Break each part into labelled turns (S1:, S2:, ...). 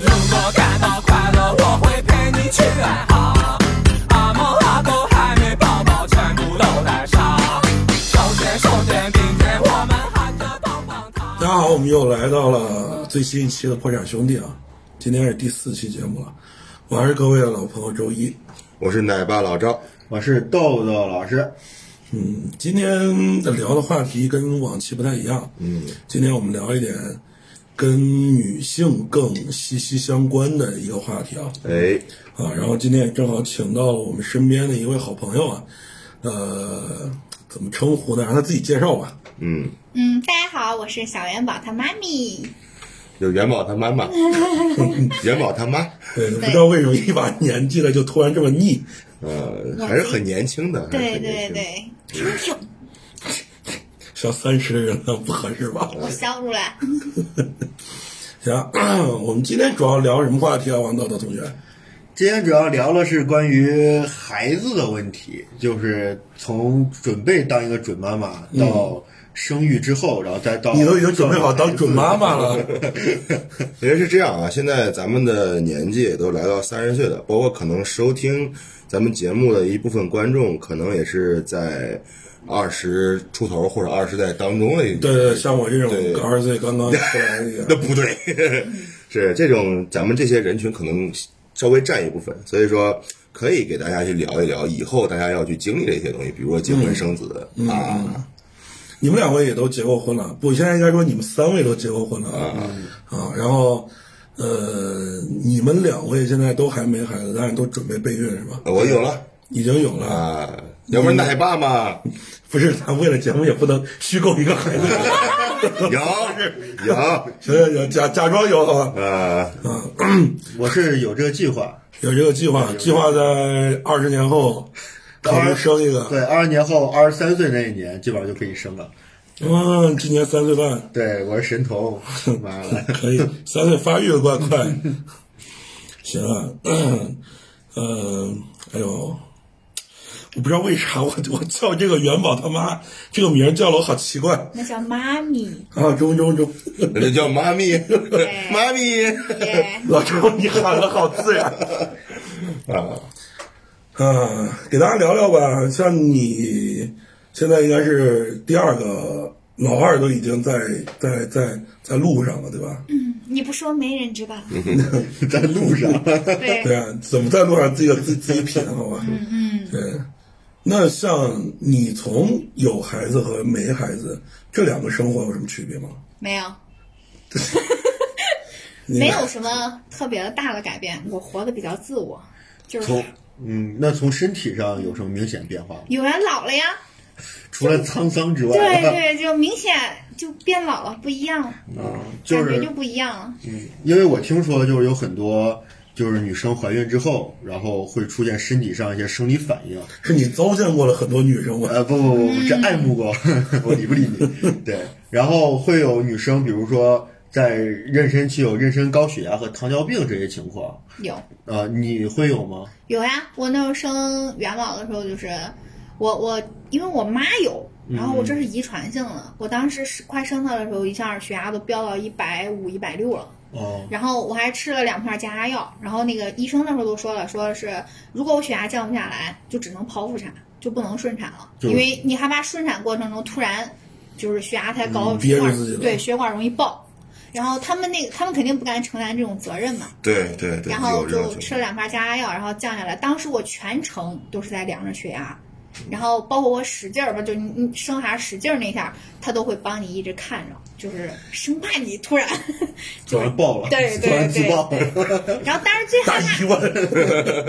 S1: 我感到快乐，我会陪你去爱好。阿猫阿狗还没抱抱，全部都带上。手牵手肩并肩，我们含着棒棒糖。
S2: 大家好，我们又来到了最新一期的破产兄弟啊，今天是第四期节目了，我还是各位的老朋友周一。
S3: 我是奶爸老赵，
S4: 我是豆豆老师，
S2: 嗯，今天的聊的话题跟往期不太一样，嗯，今天我们聊一点跟女性更息息相关的一个话题啊，
S5: 嗯
S3: 哎，
S2: 啊，然后今天也正好请到了我们身边的一位好朋友啊，呃，怎么称呼呢？让他自己介绍吧。
S3: 嗯，
S5: 嗯，大家好，我是小元宝他妈咪。
S3: 有元宝他妈 妈，元宝他妈，
S2: 对，呃不知道为什么一把年纪了就突然这么腻，
S3: 呃，还是很年轻的，哎还是
S5: 对
S3: 很
S5: 对
S3: 年轻的，
S5: 对，婷婷，
S2: 像三十的人了不合适吧？
S5: 我笑出来。
S2: 行，我们今天主要聊什么话题啊？王豆豆同学，
S4: 今天主要聊的是关于孩子的问题，就是从准备当一个准妈妈到生育之后，然后再到
S2: 嗯你都已经准备好当准妈妈了，
S3: 其实是这样啊，现在咱们的年纪也都来到三十岁了，包括可能收听咱们节目的一部分观众，可能也是在二十出头或者二十代当中的一，
S2: 对对，像我这
S3: 对
S2: 种二十岁刚刚出来的一
S3: 那
S2: 个，
S3: 不对，是这种咱们这些人群可能稍微占一部分，所以说可以给大家去聊一聊以后大家要去经历的一些东西，比如说结婚生子、啊，
S2: 你们两位也都结过婚了，不，现在应该说你们三位都结过婚了啊啊，然后呃，你们两位现在都还没孩子，但是都准备备孕是吧？
S3: 呃我有了
S2: 已经有了，
S3: 啊，要不然奶爸嘛，
S2: 不是，咱为了节目也不能虚构一个孩子，
S3: 有有
S2: 行行行，假假装有好吧？
S3: 啊，
S4: 我是有这个计划，
S2: 有这个计划，计划在二十年后考虑生一个。
S4: 对，二十年后二十三岁那一年，基本上就可以生了。
S2: 嗯，今年三岁半，
S4: 对，我是神童，妈 了，
S2: 可以，三岁发育的怪快。行啊，嗯、哎呦，我不知道为啥我我叫这个元宝他妈这个名儿叫的我好奇怪
S5: 那叫 妈咪，
S2: 啊！中中中，
S3: 那就叫妈咪，妈咪
S5: 耶，
S2: 老周你喊的好自然。
S3: 啊，
S2: 啊，给大家聊聊吧。像你现在应该是第二个，老二都已经在在在在路上了，对吧？
S5: 你不说没人知道。
S4: 在路上。
S2: 对
S5: 对，
S2: 啊，怎么在路上自己自自己品好吧？嗯嗯，对。那像你从有孩子和没孩子这两个生活有什么区别吗？
S5: 没有，
S2: 你
S5: 没有什么特别的大的改变，我活得比较自我，就是
S4: 从嗯，那从身体上有什么明显变化吗？
S5: 有人老了呀，
S4: 除了沧桑之外，
S5: 对对，就明显就变老了，不一样，
S4: 就
S5: 感
S4: 是
S5: 觉就不一样了。
S4: 因为我听说就是有很多就是女生怀孕之后，然后会出现身体上一些生理反应。
S2: 是你糟践过了很多女生吗？
S4: 呃，不不不，
S5: 嗯
S4: 不这爱慕过， 我理不理 你？对，然后会有女生，比如说在妊娠期有妊娠高血压和糖尿病这些情况，
S5: 有
S4: 呃，你会有吗？
S5: 有呀，我那时候生元宝的时候，就是我我因为我妈有，
S2: 嗯
S5: 然后我这是遗传性的，我当时是快生她的时候，一下血压都飙到一百五、一百六了。
S4: 哦，
S5: 然后我还吃了两片降压药，然后那个医生那时候都说了，说是如果我血压降不下来，就只能剖腹产，就不能顺产了，
S4: 就是
S5: 因为你害怕顺产过程中突然就是血压太高，
S2: 嗯憋
S5: 血
S2: 住
S5: 管
S2: 自己了
S5: 对血管容易爆。然后他们那个，他们肯定不敢承担这种责任嘛，
S3: 对对对，
S5: 然后
S3: 有这
S5: 就
S3: 种
S5: 吃
S3: 情
S5: 了
S3: 况，
S5: 两片降压药，然后降下来。当时我全程都是在量着血压，然后包括我使劲儿吧，就你你生孩子使劲儿那一下，他都会帮你一直看着，就是生怕你 突然。
S4: 突然爆了，
S5: 对 对
S4: 突然自
S5: 对
S4: 爆，
S5: 然后当时最害
S2: 大
S5: 怕
S2: 疑问，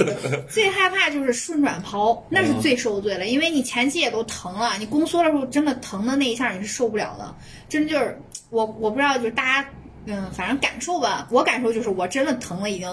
S5: 最害怕就是顺转剖，那
S3: 嗯
S5: 是最受罪了，因为你前期也都疼了，你宫缩的时候真的疼的那一下你是受不了的，真就是我我不知道就是大家。嗯，反正感受吧，我感受就是我真的疼了，已经，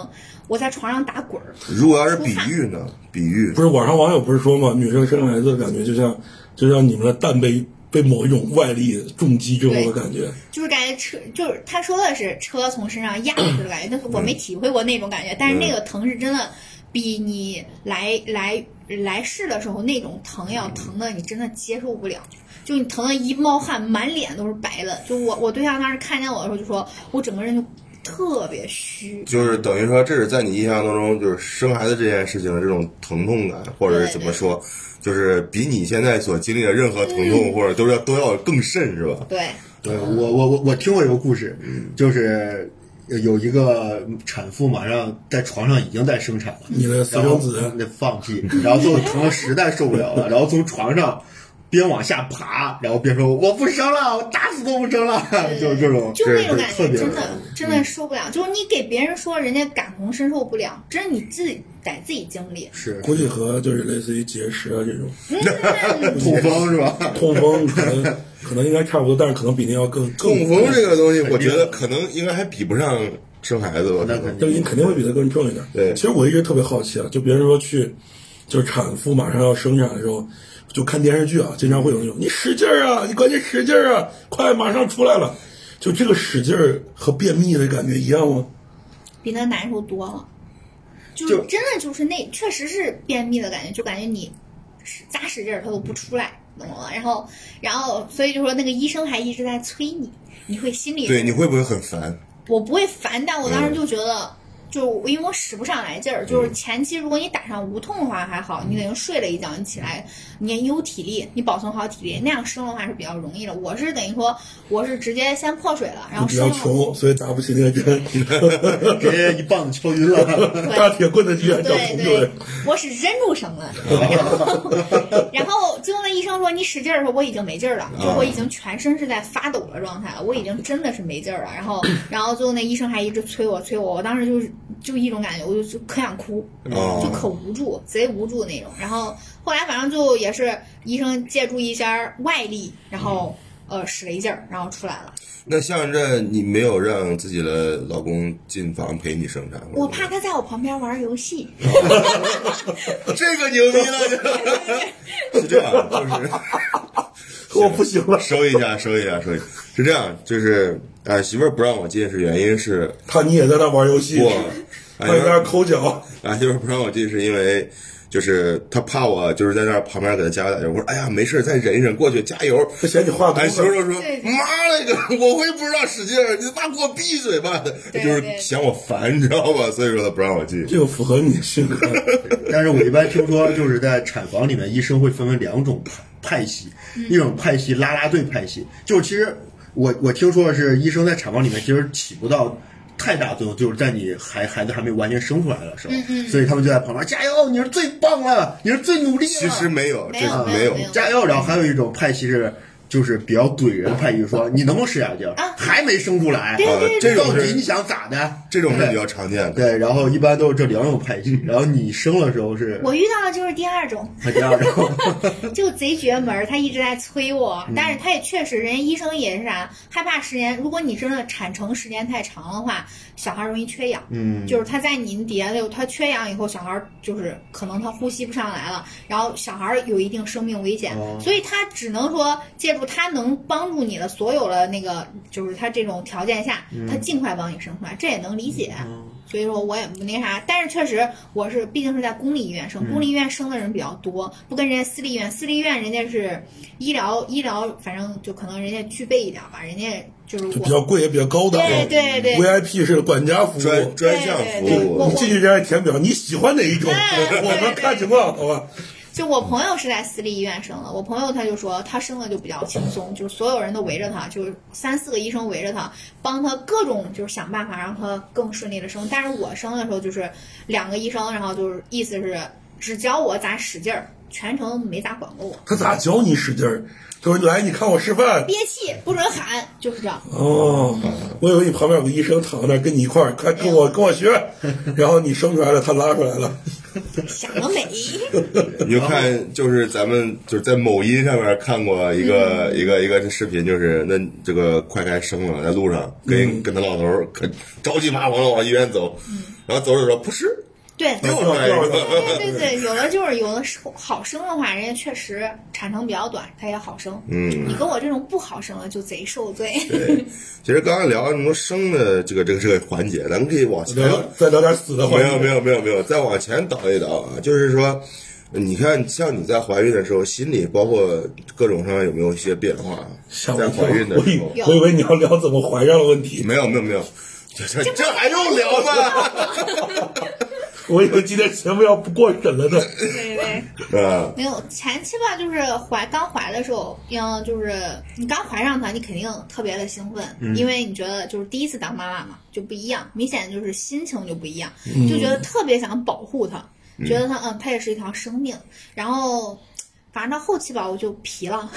S5: 我在床上打滚儿，
S3: 如果要是比喻呢，比喻
S2: 不是网上网友不是说吗？女生生孩子的感觉就像就像你们的蛋被被某一种外力重击之后的感觉。
S5: 就是感觉车，就是他说的是车从身上压过去的感觉，但是我没
S4: 嗯
S5: 体会过那种感觉，但是那个疼是真的，比你来来来世的时候那种疼要
S4: 嗯
S5: 疼的，你真的接受不了。就你疼的一冒汗，满脸都是白的。就我我对象当时看见我的时候就说，我整个人就特别虚。
S3: 就是等于说，这是在你印象当中，就是生孩子这件事情的这种疼痛感，或者是怎么说，就是比你现在所经历的任何疼痛，或者都要都要更甚，是吧？
S5: 对，
S4: 对
S5: 嗯
S4: 我我我我听过一个故事，就是有一个产妇马上在床上已经在生产了，
S2: 你的私
S4: 然后
S2: 生子
S4: 那放屁，然后最后疼的实在受不了了，然后从床上边往下爬，然后边说我不生了，我打死都不生了，就是哦这种，
S5: 就那种感
S4: 特
S5: 觉，
S4: 别嗯
S5: 真的真的受不了。就是你给别人说，人家感同身受不了，真是你自己得自己经历。
S4: 是
S2: 估计和就是类似于结石啊这种
S4: 痛风是 吧？
S2: 痛风，可能可能应该差不多，但是可能比那要更更
S3: 痛风这个东西，我觉得可能应该还比不上生孩子吧。
S4: 那肯
S2: 但是
S4: 定
S2: 你肯定会比他更重一点。
S3: 对
S2: 其实我一直特别好奇啊，就别人说去，就是产妇马上要生产的时候，就看电视剧啊，经常会有那种你使劲儿啊，你赶紧使劲儿啊，快马上出来了。就这个使劲儿和便秘的感觉一样吗？
S5: 比那难受多了。就
S4: 就是
S5: 真的就是那确实是便秘的感觉，就感觉你使咋使劲儿它都不出来，懂了吗？然后然后所以就说那个医生还一直在催你，你会心里
S3: 对，你会不会很烦？
S5: 我不会烦，但我当时就觉得。就因为我使不上来劲儿，就是前期如果你打上无痛的话还好，你等于睡了一觉，你起来你有体力，你保存好体力，那样生的话是比较容易的。我是等于说我是直接先破水了，然后
S2: 比较
S5: 生了
S2: 穷，所以打不起那个针，
S4: 直接一棒子敲晕了。
S2: 大铁棍子医 院叫
S5: 对
S2: 穷救人
S5: 对。，我是忍住声 了。然后最后那医生说你使劲儿的时候，我已经没劲儿了，就我已经全身是在发抖的状态了，我已经真的是没劲儿了。然后，然后最后那医生还一直催我催我，我当时就是就一种感觉，我就就可想哭，
S3: 哦
S5: 就可无助，贼无助那种。然后后来反正最后也是医生借助一些外力，然后
S2: 嗯
S5: 呃使了一劲儿，然后出来了。
S3: 那像这，你没有让自己的老公进房陪你生产
S2: 哦
S3: 吗？
S5: 我怕他在我旁边玩儿游戏，
S3: 这个牛逼了，就是这样， 就是。
S2: 我不行了，
S3: 收一下，收一下，收一下。是这样，就是俺、媳妇儿不让我进是原因是
S2: 怕你也在那玩游戏，
S3: 我，
S2: 怕
S3: 俺、
S2: 你在
S3: 媳妇
S2: 那
S3: 儿
S2: 抠脚，
S3: 俺啊媳妇儿不让我进是因为就是她怕我就是在那儿旁边给她加油打气，我说哎呀没事儿，再忍一忍，过去加油。
S2: 他嫌你话多
S3: 俺哎媳妇儿
S2: 了。
S3: 就说
S5: 对：“对
S3: 妈了个，我会不知道使劲儿，你妈给我闭嘴吧！”
S5: 对
S3: 就是
S5: 对
S3: 嫌我烦，你知道吧？所以说她不让我进。
S2: 这个符合你的性格，
S4: 但是我一般听说，就是在产房里面，医生会分为两种派派系，一种派系拉拉队派系，就是其实我我听说的是，医生在产房里面其实起不到。太大作用，就是在你孩孩子还没完全生出来的时候，所以他们就在旁边加油，你是最棒了，你是最努力了。
S3: 其实没有，
S5: 没
S3: 这
S5: 有没
S3: 没
S5: 有
S3: 有
S5: 没有
S4: 加油！然后还有一种派系是，就是比较怼人派系，说你能不能使点劲儿
S5: 啊？
S4: 还没生出来，
S5: 对对对
S3: 这种
S4: 到底
S3: 是
S4: 你想咋的？
S3: 这种是
S4: 对
S3: 比较常见的。
S4: 对，然后一般都是这两种派系，然后你生的时候是
S5: 我遇到的就是第二种。
S4: 他第二种，
S5: 就贼绝门儿，他一直在催我，但是他也确实，人家医生也是啥，害怕时间，如果你真的产程时间太长的话，小孩容易缺氧，
S4: 嗯，
S5: 就是他在你底下溜，他缺氧以后，小孩儿就是可能他呼吸不上来了，然后小孩儿有一定生命危险，
S4: 哦
S5: 所以他只能说借助他能帮助你的所有的那个，就是他这种条件下，
S4: 嗯
S5: 他尽快帮你生出来，这也能理解。所以说我也不那啥，但是确实我是毕竟是在公立医院生，公
S4: 嗯
S5: 立医院生的人比较多，不跟人家私立医院，私立医院人家是医疗医疗，反正就可能人家具备一点吧，人家就是
S2: 就比较
S5: 我，
S2: 贵也比较高档。
S5: 对对对
S2: VIP 式的管家服务，
S3: 专专项
S5: 对
S3: 服
S5: 对对
S3: 务，
S5: 我
S2: 你进去让人填表，你喜欢哪一种？
S5: 哎对
S2: 我们看情况，好吧？
S5: 就我朋友是在私立医院生的，我朋友他就说他生的就比较轻松，就是所有人都围着他，就是三四个医生围着他，帮他各种就是想办法让他更顺利的生。但是我生的时候就是两个医生，然后就是意思是只教我咋使劲儿，全程没咋管 过我。
S2: 他咋教你使劲儿？他说：“来，你看我示范。
S5: 憋气，不准喊，就是这样。”
S2: 哦，我以为你旁边有个医生躺那儿跟你一块儿，快跟我跟我学。 然后你生出来了，他拉出来了，
S5: 想得美，
S3: 你就看，就是咱们就是在某音上面看过一个、
S2: 嗯
S3: 一个一个视频，就是那这个快该生了，在路上跟、
S2: 嗯
S3: 跟他老头儿可着急忙忙的往医院走，然后走着走着不是
S5: 对。
S3: 又出来一 个，
S5: 对对对，有的就是有的是好生的话，人家确实产程比较短，它也好生。
S3: 嗯
S5: 你。跟我这种不好生的就贼受罪。
S3: 对，其实刚刚聊什么生的这个这个这个环节，咱们可以往前
S2: 聊再聊点死的话
S3: 没有没有没有没有，再往前倒一倒啊，就是说，你看像你在怀孕的时候，心理包括各种上有没有一些变化？
S2: 吓我
S3: 在
S2: 一跳
S3: 怀孕的
S2: 我
S3: 时
S2: 以
S3: 候，
S5: 有
S2: 我以为你要聊怎么怀上的问题。
S3: 没有没有没有， 这这还用聊 吗？
S2: 我以为今天节目要不过审了呢。
S5: 对对。
S3: 嗯，
S5: 没有前期吧，就是怀刚怀的时候，嗯，就是你刚怀上他，你肯定特别的兴奋，因为你觉得就是第一次当妈妈嘛，就不一样，明显就是心情就不一样，就觉得特别想保护他，觉得他嗯，他也是一条生命。然后，反正到后期吧，我就 皮了，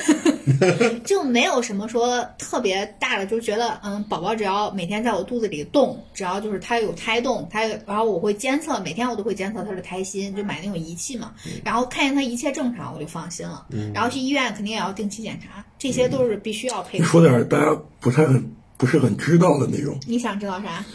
S5: 就没有什么说特别大的，就觉得嗯，宝宝只要每天在我肚子里动，只要就是他有胎动，他然后我会监测，每天我都会监测他的胎心，就买那种仪器嘛，
S2: 嗯
S5: 然后看见他一切正常，我就放心了。然后去医院肯定也要定期检查，这些都是必须要配
S2: 嗯你
S5: 合。
S2: 说点儿大家不太很不是很知道的内容，啊
S5: 你想知道啥？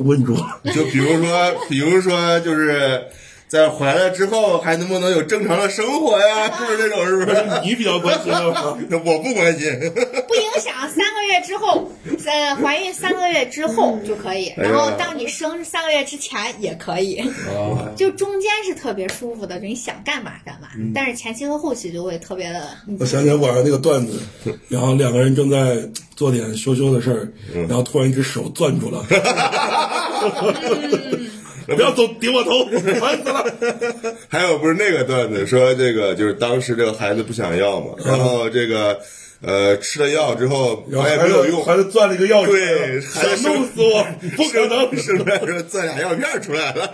S2: 问住。
S3: 就比如说，比如说，就是在怀了之后还能不能有正常的生活呀？是不是这种？是不是？
S2: 你比较关心的 吧？
S3: 我不关心。
S5: 不影响，三个月之后，呃，怀孕三个月之后就可以。
S3: 哎呀
S5: 然后当你生三个月之前也可以，就中间是特别舒服的，就你想干嘛干嘛。但是前期和后期就会特别的，
S2: 我想起来网上那个段子，然后两个人正在做点羞羞的事儿，
S3: 嗯
S2: 然后突然一只手攥住 了，不要走，顶我头，烦死了！
S3: 还有不是那个段子说这个就是当时这个孩子不想要嘛，然后这个呃吃了药之后
S2: 然后
S3: 发现
S2: 还
S3: 没有
S2: 是
S3: 用，
S2: 还是攥了一个钥匙，
S3: 对
S2: 想
S3: 还是
S2: 弄死我，不可能！
S3: 生出来的时候钻俩药片儿出来了，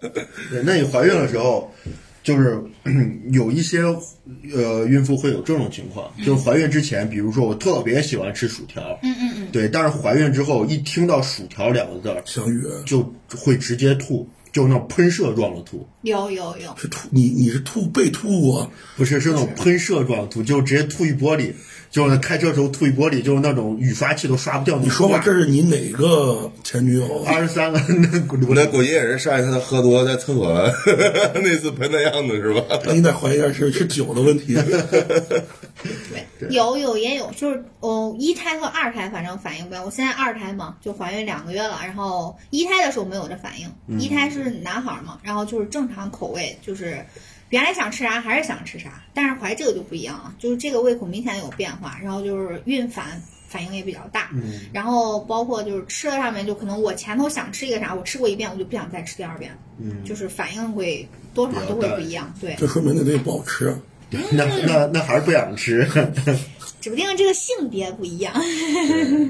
S4: 对，那你怀孕的时候，就是 有一些呃孕妇会有这种情况，就是怀孕之前，比如说我特别喜欢吃薯条，嗯嗯嗯，对，但是怀孕之后一听到薯条两个字儿，
S2: 小雨
S4: 就会直接吐，就那种喷射状的吐，
S5: 有有有，
S2: 是吐，你你是吐被吐过，
S4: 不是是那种喷射状的吐，就直接吐一玻璃，就是开车时候吐一玻璃，就是那种雨刷器都刷不掉。
S2: 你说吧，这是你哪个前女友啊？
S4: 二十三个，那滚
S3: 我那估计也是上一次他喝多在厕所 那次喷的样子是吧？
S2: 你得怀疑一下是是酒的问题，
S5: 有有也有，就是哦，一胎和二胎反正反应不一样。我现在二胎嘛，就怀孕两个月了，然后一胎的时候没有这反应，
S2: 嗯
S5: 一胎是男孩嘛，然后就是正常口味，就是原来想吃啥还是想吃啥，但是怀这个就不一样了，就是这个胃口明显有变化，然后就是孕反。反应也比较大，
S2: 嗯
S5: 然后包括就是吃的上面，就可能我前头想吃一个啥，我吃过一遍，我就不想再吃第二遍了，
S2: 嗯
S5: 就是反应会多少都会不一样，对。
S2: 这说明那东西不好吃。
S4: 那那那还是不想吃。
S2: 嗯
S5: 指不定这个性别不一样。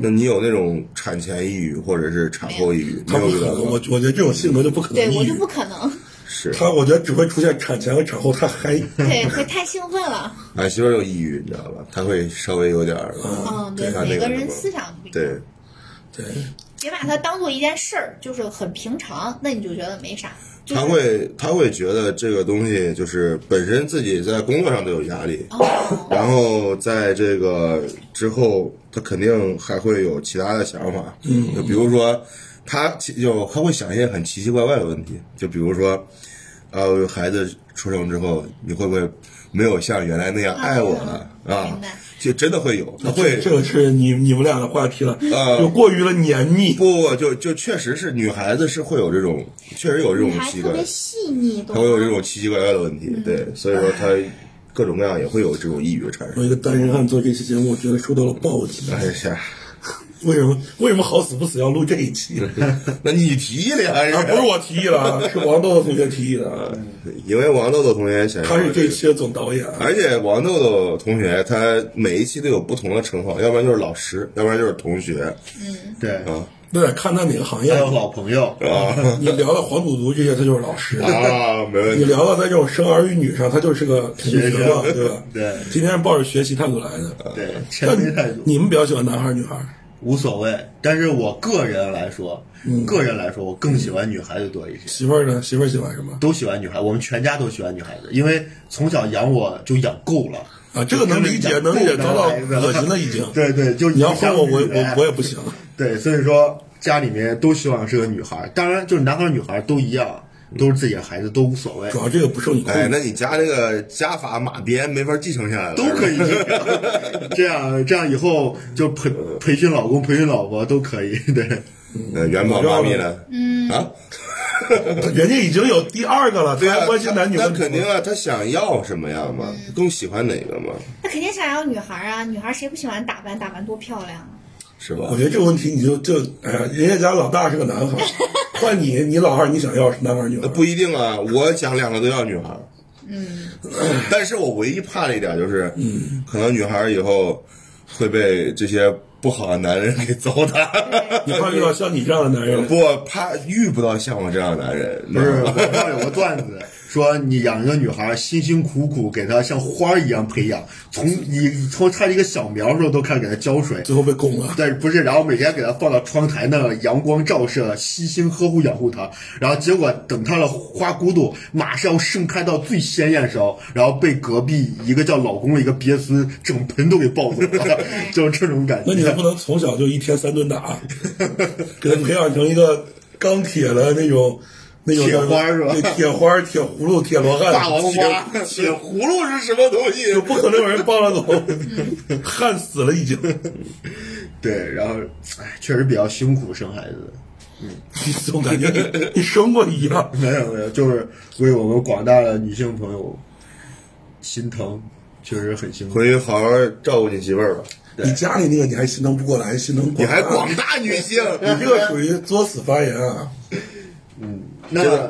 S3: 那你有那种产前抑郁或者是产后抑郁没
S2: 他
S3: 有
S2: 不
S3: 遇
S2: 可
S3: 到
S2: 能，我
S3: 过？
S2: 我觉得这种性格就不可能
S5: 对我
S2: 抑郁
S5: 就不可能，
S3: 是，
S2: 他我觉得只会出现产前和产后太 嗨。
S5: 对，会太兴奋了。
S3: 俺啊媳妇儿有抑郁，你知道吧？她会稍微有点儿，
S5: 嗯，
S3: 对
S5: 对，
S3: 她那
S5: 每
S3: 个
S5: 个
S3: 什
S5: 人
S3: 么
S5: 思想不一样。
S3: 对，
S2: 对，
S5: 别把它当做一件事儿，就是很平常，那你就觉得没啥。就是、
S3: 他会他会觉得这个东西就是本身自己在工作上都有压力，
S5: 哦，
S3: 然后在这个之后，他肯定还会有其他的想法，嗯，就比如说他其有他会想一些很奇奇怪怪的问题，就比如说，呃，孩子出生之后，你会不会没有像原来那样爱我了啊
S5: 明白？
S3: 就真的会有，他会
S2: 这个是你你们俩的话题了，
S3: 啊
S2: 就过于了黏腻。
S3: 不不不，就就确实是女孩子是会有这种，确实有这种
S5: 女孩
S3: 习
S5: 特
S3: 惯，
S5: 别嗯细腻，懂
S3: 他会有这
S5: 吗？
S3: 种奇奇怪怪的问题，对，所以说他各种各样也会有这种抑郁产
S2: 我
S3: 生。
S2: 一个单身汉做这期节目，我觉得受到了暴击。
S3: 哎呀，
S2: 为什么为什么好死不死要录这一期？
S3: 那你提议的还是
S2: 啊，不是我提议的啊，是王豆豆同学提议的啊，
S3: 因为王豆豆同学想要
S2: 他是这期的总导演。
S3: 而且王豆豆同学他每一期都有不同的称号，要不然就是老师，要不然就是同学
S4: 对，
S3: 啊
S2: 那得看他哪个行业
S4: 还。有老朋友，
S2: 嗯
S3: 啊
S2: 你聊到黄赌毒这些，他就是老师；
S3: 啊， 没问
S2: 你
S3: 题。
S2: 聊到在这种生儿育女上，他就是个
S4: 学生
S2: 嘛对吧？
S4: 对
S2: 今天是抱着学习态度来的。
S4: 对，谦
S2: 但
S4: 卑态度。
S2: 你们比较喜欢男孩儿女孩儿？
S4: 无所谓，但是我个人来说，个人来说，我更喜欢女孩子多一些，
S2: 媳妇儿呢？媳妇儿喜欢什么？
S4: 都喜欢女孩，我们全家都喜欢女孩子，因为从小养我就养够了
S2: 啊，这个能理解，能理解，遭到恶心了已经。
S4: 对对，就
S2: 你要
S4: 影响
S2: 换我，我
S4: 女人
S2: 我我也不行。
S4: 对，所以说家里面都希望是个女孩，当然就是男孩女孩都一样，都是自己的孩子，都无所 谓
S2: 主，要这个不受你控
S3: 哎，
S2: 制。
S3: 那你家这个加法马鞭没法继承下来了，
S4: 都可以 这样，这样这样以后就培培训老公、培训老婆都可以，对。
S3: 呃，元宝妈咪呢？嗯啊，
S2: 人家已经有第二个了，
S3: 对
S2: 他
S3: 啊，
S2: 还关心男女
S3: 那
S2: 问题吗嗯
S3: 肯定啊，他想要什么样嘛，更喜欢哪个嘛？
S5: 那肯定想要女孩啊，女孩谁不喜欢打扮？打扮多漂亮啊！
S3: 是吧
S2: 我？觉得这个问题你就就，呃，人家家老大是个男孩儿，换你，你老二你想要是男孩儿女孩
S3: 那
S2: 儿？
S3: 不一定啊，我想两个都要女孩。嗯， 但是我唯一怕的一点就是，嗯，可能女孩以后会被这些不好的男人给糟蹋。
S2: 你怕遇到像你这样的男人？
S3: 不怕遇不到像我这样的男人，
S4: 不是，网上有个段子说，你养一个女孩，辛辛苦苦给她像花儿一样培养，从你从她一个小苗的时候都开始给她浇水，
S2: 最后被拱了。
S4: 对，不是，然后每天给它放到窗台那，阳光照射，悉心呵护养护它，然后结果等它的花骨朵马上盛开到最鲜艳的时候，然后被隔壁一个叫老公的一个鳖孙整盆都给抱走了， 就是这种感
S2: 那你能
S4: 觉
S2: 不。能从小就一天三顿 打，给他培养成一个钢铁的那种那种
S4: 铁花是吧
S2: 对铁花、铁葫芦、铁罗汉、
S4: 霸王 花
S3: 铁铁葫芦是什么东 西？
S2: 就不可能有人抱得走，焊死了已经。
S4: 对，然后，哎，确实比较辛苦生孩子。
S2: 你总感觉你你生过一样。
S4: 没有没有，就是为我们广大的女性朋友心疼，确实很辛苦。
S3: 回去好好照顾你媳妇儿吧。
S2: 你家里那个你还心疼不过来，心疼
S3: 你还
S2: 广
S3: 广
S2: 大，
S3: 大女性，
S2: 你这个属于作死发言啊！
S4: 那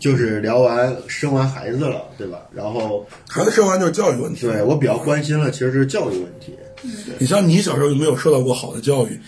S4: 就是聊完生完孩子了，对吧？然后
S2: 孩子生完就是教育问题。
S4: 对我比较关心的其实是教育问题。
S2: 你像你小时候有没有受到过好的教育，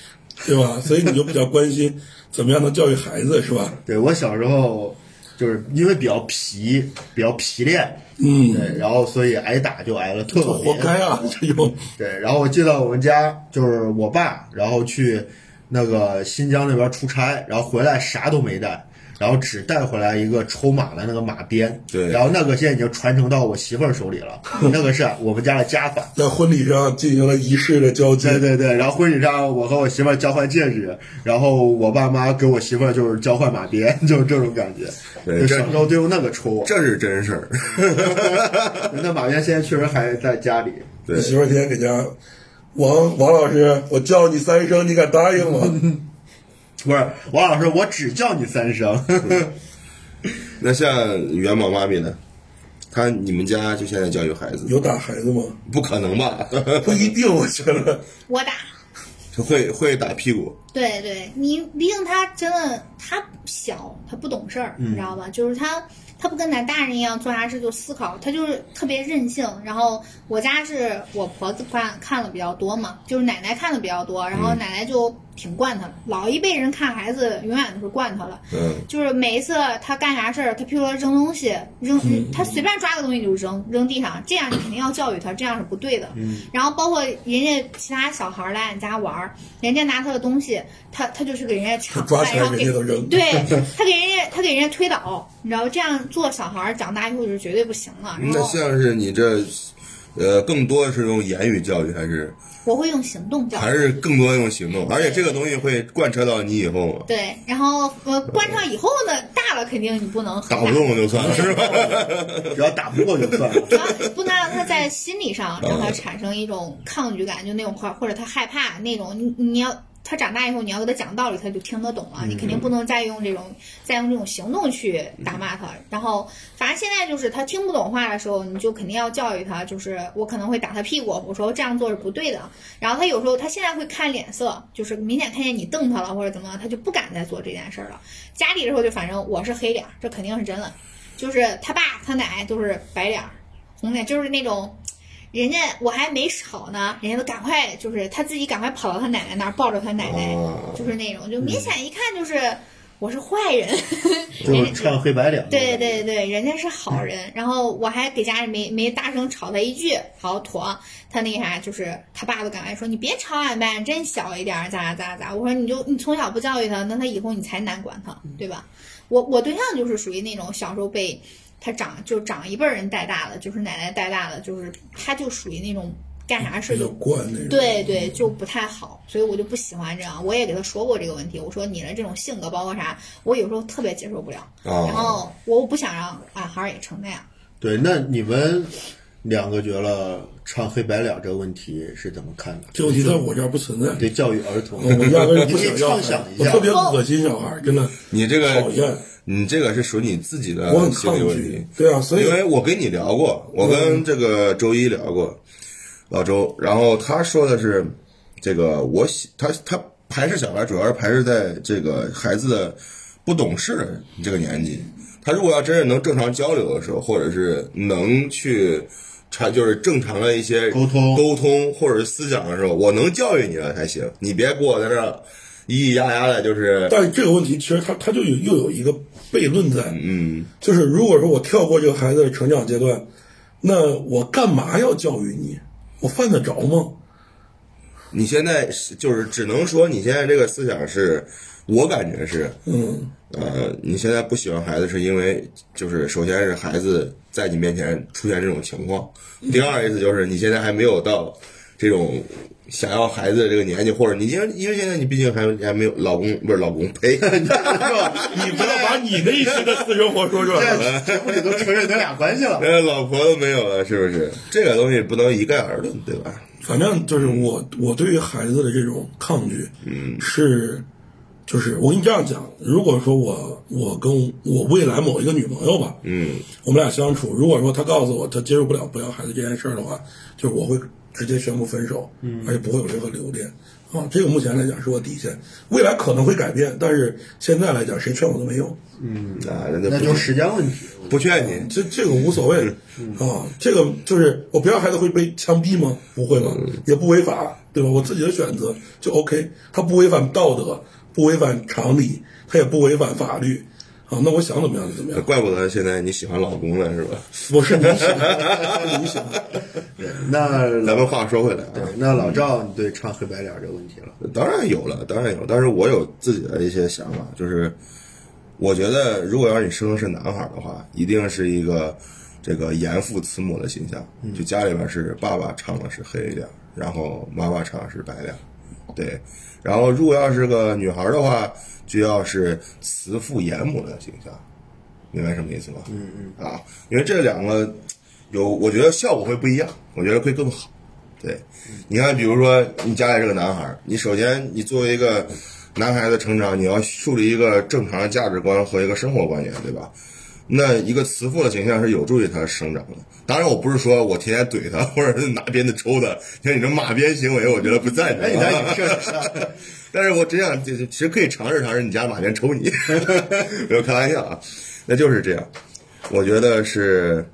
S2: 对吧？所以你就比较关心怎么样能教育孩子，是吧？
S4: 对我小时候就是因为比较皮，比较皮练，
S2: 嗯
S4: 对，然后所以挨打就挨了特
S2: 这
S4: 别
S2: 活该 啊！这种
S4: 对，然后我记得我们家就是我爸，然后去那个新疆那边出差，然后回来啥都没带，然后只带回来一个抽马的那个马鞭。
S3: 对
S4: 然后那个现在已经传承到我媳妇儿手里 了，那个是我们家的家法。
S2: 在婚礼上进行了仪式的交接
S4: 对，对对，然后婚礼上我和我媳妇儿交换戒指，然后我爸妈给我媳妇儿就是交换马鞭，就是这种感觉。
S3: 对
S4: 就
S3: 这
S4: 小时候都用那个抽我。
S3: 这是真事儿。
S4: 那马鞭现在确实还在家里。
S3: 对
S2: 你，媳妇儿天天给家，王王老师，我叫你三声，你敢答应吗？
S4: 不是王老师，我只叫你三声。
S3: 那像元宝妈咪呢？她你们家就现在教育孩子，
S2: 有打孩子吗？
S3: 不可能吧？
S2: 不一定，我觉得
S5: 我打。
S3: 会会打屁股，
S5: 对对，你毕竟他真的他小，他不懂事儿，你知道吧？就是他他不跟咱大人一样做啥事就思考，他就是特别任性。然后我家是我婆子看看的比较多嘛，就是奶奶看的比较多，然后奶奶就挺惯他的。老一辈人看孩子永远都是惯他了，
S3: 嗯，
S5: 就是每一次他干啥事儿，他譬如说扔东西，扔、他随便抓个东西就扔，扔地上，这样你肯定要教育他，这样是不对的。然后包括人家其他小孩儿来俺家玩儿，人家拿他的东西，他他就是给人家抢过
S2: 抓
S5: 来，
S2: 起来
S5: 然后
S2: 人
S5: 给
S2: 家都扔。
S5: 对他给人家他给人家推倒，你知道这样做小孩儿长大以后就是绝对不行了。然
S3: 那
S5: 后
S3: 像是你这，呃，更多的是用言语教育，还是
S5: 我会用行动教育。
S3: 还是更多地用行动？而且这个东西会贯彻到你以后嘛，
S5: 对，然后呃，关上以后呢，大了肯定你不能
S3: 打
S5: 很
S3: 不动就算了，是吧？
S4: 只要打不过就算 了。
S5: 主要是不能让他在心理上让他产生一种抗拒感，就那种或或者他害怕那种，你你要他长大以后你要给他讲道理，他就听得懂了。你肯定不能再用这种再用这种行动去打骂他。然后反正现在就是他听不懂话的时候，你就肯定要教育他，就是我可能会打他屁股，我说这样做是不对的。然后他有时候他现在会看脸色，就是明显看见你瞪他了或者怎么，他就不敢再做这件事儿了。家里的时候就反正我是黑脸儿，这肯定是真的。就是他爸他奶都是白脸儿，红脸，就是那种，人家我还没吵呢，人家都赶快就是他自己赶快跑到他奶奶那儿抱着他奶奶，
S3: 啊，
S5: 就是那种就明显一看就是我是坏人，
S4: 就是唱黑白两。
S5: 对对对，人家是好人。然后我还给家里没没大声吵他一句，好妥。他那啥就是他爸都赶快说你别吵俺呗，真小一点儿，咋咋咋咋。我说你就你从小不教育他，那他以后你才难管他，对吧？我我对象就是属于那种小时候被他长就长一辈儿人带大的，就是奶奶带大的，就是他就属于那种干啥事
S2: 比较
S5: 就
S2: 惯那种。
S5: 对对，就不太好，所以我就不喜欢这样。我也给他说过这个问题，我说你的这种性格，包括啥，我有时候特别接受不了。
S3: 啊
S5: 然后我不想让俺孩儿也成那样。
S4: 对，那你们两个觉得唱黑白两这个问题是怎么看的？
S2: 这个问题在我这儿不存在。
S4: 对教育儿童，
S2: 我压根儿不
S4: 你可
S2: 想
S4: 以
S2: 要孩
S4: 畅
S2: 子
S4: 想一
S2: 我
S4: 下
S2: 特。别恶心小孩儿，真的。
S3: 你这
S2: 讨厌
S3: 个，你这个是属于你自己的
S2: 我很
S3: 心
S2: 抗
S3: 理问
S2: 拒
S3: 题。
S2: 对啊，所以
S3: 因为我跟你聊过，我跟这个周一聊过，老周，然后他说的是，这个我喜他他排斥小孩，主要是排斥在这个孩子的不懂事这个年纪。他如果要真是能正常交流的时候，或者是能去产就是正常的一些
S4: 沟通
S3: 沟通或者是思想的时候，我能教育你了才行，你别给我在这儿咿咿呀呀的，就是
S2: 但这个问题其实它它就有又有一个悖论在，嗯，就是如果说我跳过这个孩子的成长阶段，那我干嘛要教育你？我犯得着吗？
S3: 你现在是就是只能说你现在这个思想是，我感觉是，
S2: 嗯，
S3: 呃，你现在不喜欢孩子，是因为就是首先是孩子在你面前出现这种情况，
S4: 嗯
S3: 第二意思就是你现在还没有到这种想要孩子的这个年纪，或者你因为因为现在你毕竟还还没有老公不是老公 呸，
S2: 你不要把你那一期的私生活说出来。
S4: 在节目里都承认咱俩关 系了。
S3: 连老婆都没有了，是不是？这个东西不能一概而论，对吧？
S2: 反正就是我，我对于孩子的这种抗拒，嗯，是，就是我跟你这样讲，如果说我我跟我未来某一个女朋友吧，
S3: 嗯，
S2: 我们俩相处，如果说她告诉我她接受不了不要孩子这件事儿的话，就是我会直接宣布分手，嗯，而且不会有任何留恋。啊，这个目前来讲是我底线，未来可能会改变，但是现在来讲，谁劝我都没用。
S3: 啊，那就
S4: 那
S3: 不
S4: 就是时间问题。
S3: 不劝你，
S2: 这这个无所谓啊，这个就是我不要孩子会被枪毙吗？不会吗？也不违法，对吧？我自己的选择就 OK，他不违反道德，不违反常理，他也不违反法律啊。那我想怎么样就 怎么样，
S3: 呃怪不得现在你喜欢老公了，是吧？
S2: 我是你想，是你想，啊
S4: 对，那
S3: 咱
S4: 老
S3: 们话说回来啊，
S4: 对那老赵，你对唱黑白脸这个问题了？
S3: 当然有了，当然有，但是我有自己的一些想法，就是我觉得如果要是你生的是男孩儿的话，一定是一个这个严父慈母的形象，就家里边是爸爸唱的是黑脸儿，然后妈妈唱的是白脸儿，对，然后如果要是个女孩儿的话，就要是慈父严母的形象，明白什么意思吗？嗯嗯，啊，因为这两个有，我觉得效果会不一样，我觉得会更好。对，你看，比如说你家里是个男孩儿，你首先你作为一个男孩子成长，你要树立一个正常的价值观和一个生活观念，对吧？那一个慈父的形象是有助于他生长的。当然，我不是说我天天怼他，或者是拿鞭子抽他，像你这马鞭行为，我觉得不赞成
S4: 哎，你在
S3: 啊。
S4: 影射 啥？
S3: 但是我只想，就就其实可以尝试尝试你家马鞭抽 你，没有开玩笑啊，那就是这样。我觉得是，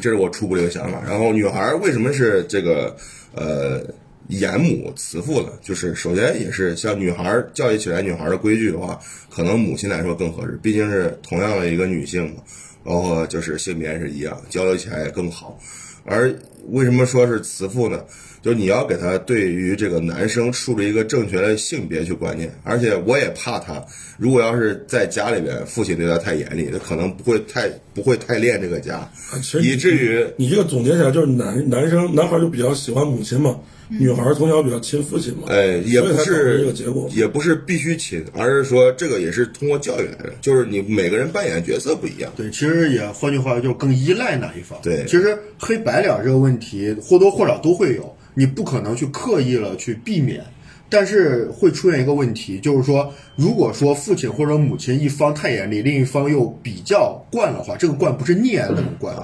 S3: 这是我初步的一个想法。然后女孩儿为什么是这个呃严母慈父呢？就是首先也是像女孩儿教育起来，女孩儿的规矩的话，可能母亲来说更合适，毕竟是同样的一个女性嘛，包括就是性别是一样，交流起来也更好。而为什么说是慈父呢？就是你要给他对于这个男生树立一个正确的性别去观念，而且我也怕他，如果要是在家里边父亲对他太严厉，他可能不会太不会太恋这个家，
S2: 其实
S3: 以至于
S2: 你这个总结起来就是男男生男孩就比较喜欢母亲嘛，女孩从小比较亲父亲嘛，
S3: 哎，也
S2: 所以才
S3: 不
S2: 导致
S3: 是
S2: 这个结果嘛。
S3: 也不是必须亲，而是说这个也是通过教育来的，就是你每个人扮演的角色不一样。
S4: 对，其实也换句话就更依赖哪一方。
S3: 对
S4: 其实黑白脸这个问题或多或少都会有，你不可能去刻意了去避免，但是会出现一个问题，就是说，如果说父亲或者母亲一方太严厉，另一方又比较惯的话，这个惯不是溺爱的那种惯，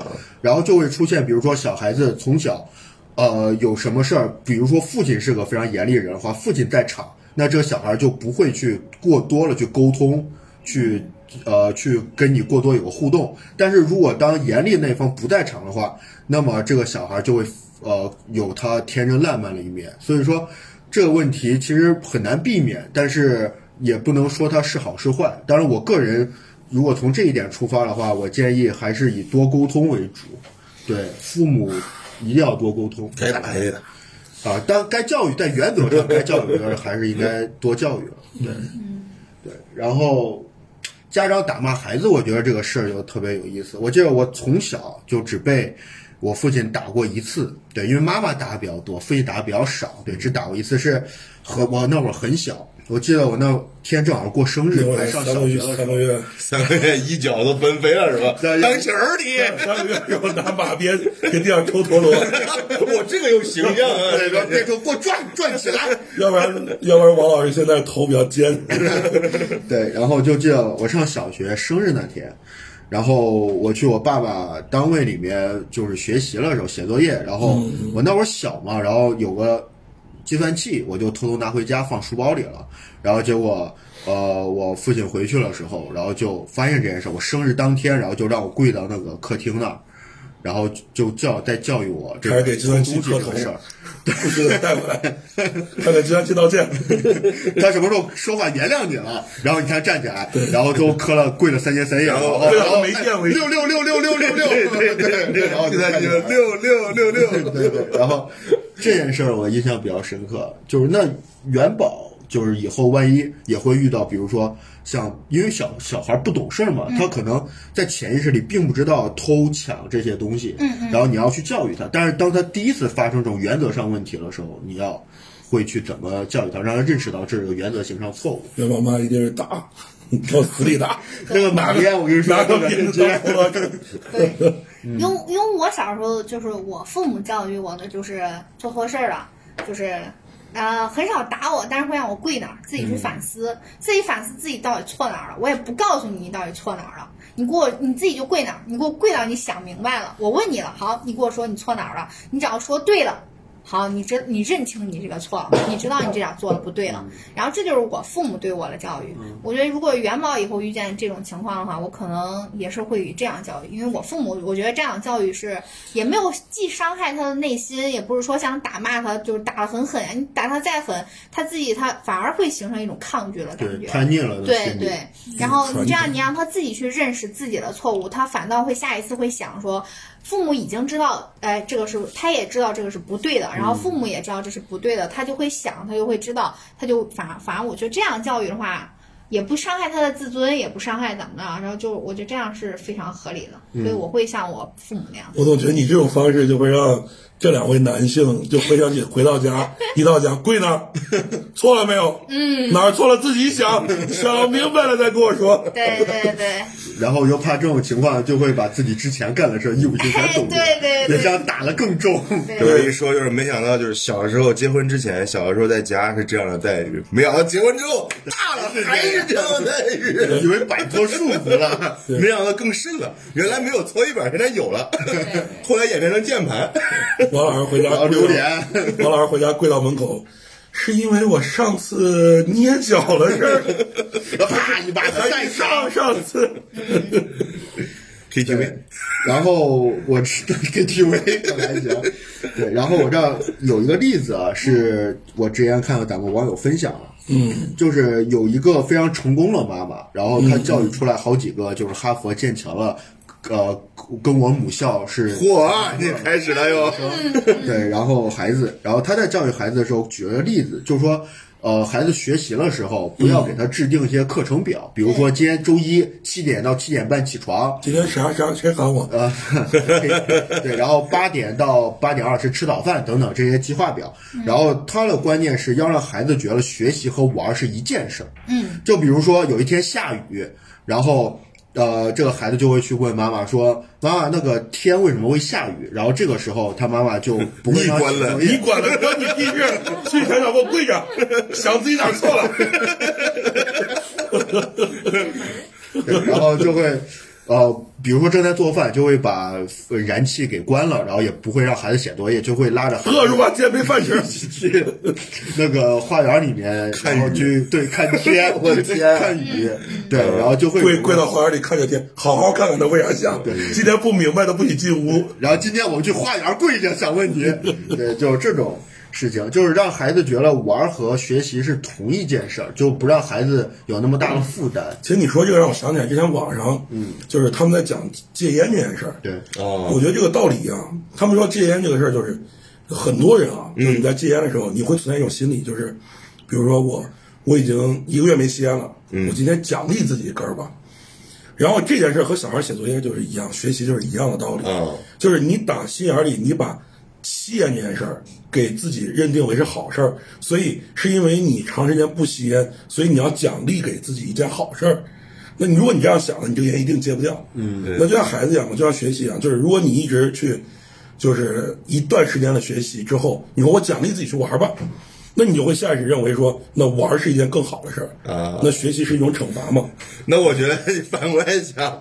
S4: 然后就会出现，比如说小孩子从小，呃，有什么事儿，比如说父亲是个非常严厉的人的话，父亲在场，那这个小孩就不会去过多了去沟通。去呃去跟你过多有个互动。但是如果当严厉那方不在场的话，那么这个小孩就会呃有他天真烂漫的一面。所以说这个问题其实很难避免，但是也不能说它是好是坏。当然，我个人如果从这一点出发的话，我建议还是以多沟通为主。对，父母一定要多沟通。
S3: 该打还得打，
S4: 啊，但该教育在原则上该教育的还是应该多教育了，对，对。然后家长打骂孩子，我觉得这个事儿就特别有意思。我记得我从小就只被我父亲打过一次，对，因为妈妈打的比较多，父亲打的比较少，对，只打过一次是和我那会儿很小，我记得我那天正好过生日
S2: 另，外
S4: 还上
S2: 三
S4: 小
S2: 个
S4: 学
S2: 月
S4: 的时
S2: 三
S4: 候
S2: 个。月
S3: 三个月一脚都奔飞了是吧？
S4: 对
S3: 当球儿你，
S2: 三个月，然后拿马鞭给地上抽陀螺。
S3: 我这个有形象啊，
S4: 对，
S3: 这
S4: 然
S3: 个
S4: 后那时候给我转转起来，
S2: 要不然，要不然王老师现在头比较尖。
S4: 对，然后就记得我上小学生日那天，然后我去我爸爸单
S2: 嗯
S4: 位里面就是学习了时候写作业，然后我那会儿小嘛，然后有个计算器，我就偷偷拿回家放书包里了。然后结果，呃，我父亲回去的时候，然后就发现这件事。我生日当天，然后就让我跪到那个客厅那儿，然后就教再教育我这
S2: 还
S4: 个
S2: 是给计算机
S4: 阻止
S2: 磕
S4: 这
S2: 头
S4: 个事儿。
S2: 不是带过来，他给计算机道歉。
S4: 他什么时候说话原谅你了？然后你看站起来，然后都磕了跪了三天三夜，然后
S2: 对
S4: 然后
S2: 没见过
S4: 哎六六六六六六六，对对对，然后就
S3: 现在
S4: 站
S3: 你
S4: 起来
S3: 们六六六六，
S4: 对对，然后这件事儿我印象比较深刻，就是那元宝，就是以后万一也会遇到，比如说像因为小小孩不懂事儿嘛，他可能在潜意识里并不知道偷抢这些东西，嗯嗯，然后你要去教育他，但是当他第一次发生这种原则上问题的时候，你要会去怎么教育他，让他认识到这是个原则性上错误。
S2: 元宝妈一定是打，往死里 打。
S4: 那个马鞭，我跟你说，
S2: 拿个
S4: 那个
S2: 鞭
S4: 直
S2: 子
S4: 接
S2: 当我这
S5: 对，因为因为我小时候就是我父母教育我的就是做错事儿了，就是呃很少打我，但是会让我跪那儿自己去反思，自己反思自己到底错哪儿了，我也不告诉你你到底错哪儿了。你给我你自己就跪那儿，你给我跪到你想明白了。我问你了，好，你给我说你错哪儿了，你只要说对了，好，你知你认清你这个错了，你知道你这点做的不对了，然后这就是我父母对我的教育。我觉得如果元宝以后遇见这种情况的话，我可能也是会这样教育，因为我父母我觉得这样教育是也没有既伤害他的内心，也不是说想打骂他，就是打得很狠，你打他再狠，他自己他反而会形成一种抗拒的感
S4: 对
S5: 觉。
S4: 叛逆了的
S5: 对
S4: 心理，
S5: 对，然后
S2: 传
S5: 你这样，
S2: 统
S5: 你让他自己去认识自己的错误，他反倒会下一次会想说，父母已经知道，哎，这个是，他也知道这个是不对的，
S4: 嗯
S5: 然后父母也知道这是不对的，他就会想，他就会知道，他就反反而我觉得这样教育的话，也不伤害他的自尊，也不伤害怎么着，然后就我觉得这样是非常合理的，
S4: 嗯
S5: 所以我会像我父母那样。
S2: 我总觉得你这种方式就会让这两位男性就回想起回到 家，一到家跪那儿， 错了没有？嗯，哪儿错了自己想，想明白了再跟我说。
S5: 对对对，
S4: 然后又怕这种情况，就会把自己之前干的事儿一五一十全抖出来，
S5: 哎对对对
S4: 也这样打了更重。
S3: 有人一说就是没想到，就是小时候结婚之前，小的时候在家是这样的待遇，没想到结婚之后大了还是这样的待遇，
S4: 以为摆脱束缚了，
S3: 没想到更甚了，原来没有搓衣板，现在有了，后来演变成键盘。
S2: 王老师回家
S4: 然后
S2: 跪
S4: 榴
S2: 到
S4: 莲，
S2: 王老师回家跪到门口，是因为我上次捏脚了 是？
S4: 然后啪一巴掌
S2: 还
S4: 再
S2: 是
S4: 上
S2: 上。上次
S3: KTV
S4: 然后我吃 KTV 还行，对，然后我这儿有一个例子啊，是我之前看到咱们网友分享了，嗯，就是有一个非常成功的妈妈，然后她教育出来好几个就是哈佛、剑桥了，呃，跟我母校是
S3: 嚯啊，你开始了哟！
S4: 对，然后孩子，然后他在教育孩子的时候举了个例子，就是说，呃，孩子学习的时候，不要给他制定一些课程表，比如说今天周一七点到七点半起床，
S2: 今天啥啥谁喊我？
S4: 呃，对，然后八点到八点二十吃早饭等等这些计划表。然后他的观念是要让孩子觉得学习和玩儿是一件事儿。
S5: 嗯，
S4: 就比如说有一天下雨，然后呃，这个孩子就会去问妈妈说：“妈妈，那个天为什么会下雨？”然后这个时候他妈妈就不会
S3: 你
S4: 让他
S3: 关了
S4: 写作业
S2: 你管了，关你屁事！去前脚给我跪着，想自己哪儿错 了。
S4: 对，然后就会，呃，比如说正在做饭，就会把呃燃气给关了，然后也不会让孩子写作业，就会拉着孩
S2: 饿
S4: 子
S2: 着吧，今天没饭吃。
S4: 去那个花园里面，然后去对看 天，我的天，嗯看雨，对，然后就会
S2: 跪跪到花园里看看天，好好看看它为啥下。今天不明白的不许进屋。
S4: 然后今天我们去花园跪着，想问你，对，就是这种事情，就是让孩子觉得玩儿和学习是同一件事儿，就不让孩子有那么大的负担。
S2: 其实你说这个让我想起来，之前网上，嗯，啊就是他们在讲戒烟这件事儿。
S4: 对，
S3: 哦，
S2: 我觉得这个道理啊，他们说戒烟这个事儿，就是很多人啊，就是你在戒烟的时候，你会存在一种心理，就是比如说我我已经一个月没吸烟了，我今天奖励自己一根儿吧。然后这件事儿和小孩写作业就是一样，学习就是一样的道理。
S3: 嗯
S2: 就是你打心眼儿里，你把吸烟这件事儿给自己认定为是好事儿，所以是因为你长时间不吸烟，所以你要奖励给自己一件好事儿。那你如果你这样想了，你这个烟一定戒不掉。嗯，那就像孩子一样，就像学习一样，就是如果你一直去，就是一段时间的学习之后，你说我奖励自己去玩儿吧，那你就会下意识认为说，那玩儿是一件更好的事儿
S3: 啊
S2: 那学习是一种惩罚嘛？
S3: 那我觉得你反过来想，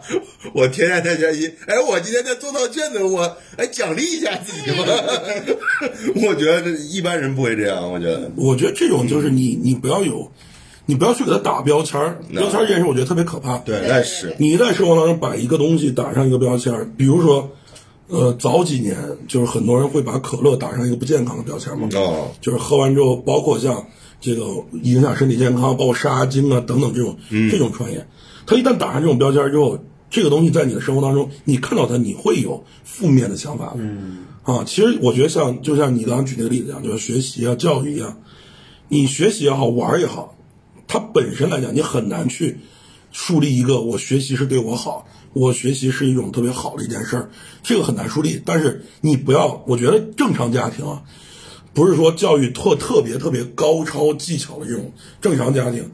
S3: 我天天在学习，哎，我今天在做到卷子，我哎奖励一下自己 吧。我觉得这一般人不会这样，我觉得
S2: 我觉得这种就是你，你不要有，你不要去给他打标签儿，
S3: 那
S2: 标签儿这件事我觉得特别可怕。
S3: 对，
S5: 对
S3: 但是
S2: 你在生活当中把一个东西打上一个标签儿，比如说，呃，早几年就是很多人会把可乐打上一个不健康的标签嘛，
S3: 哦，
S2: 就是喝完之后，包括像这个影响身体健康，包括杀精啊等等这种、这种传言，它一旦打上这种标签儿之后，这个东西在你的生活当中，你看到它，你会有负面的想法。嗯，啊，其实我觉得像就像你刚刚举那个例子一样，就是学习啊、教育一样，你学习也好，玩儿也好，它本身来讲，你很难去树立一个我学习是对我好，我学习是一种特别好的一件事儿，这个很难树立。但是你不要，我觉得正常家庭啊，不是说教育特特别特别高超技巧的这种正常家庭，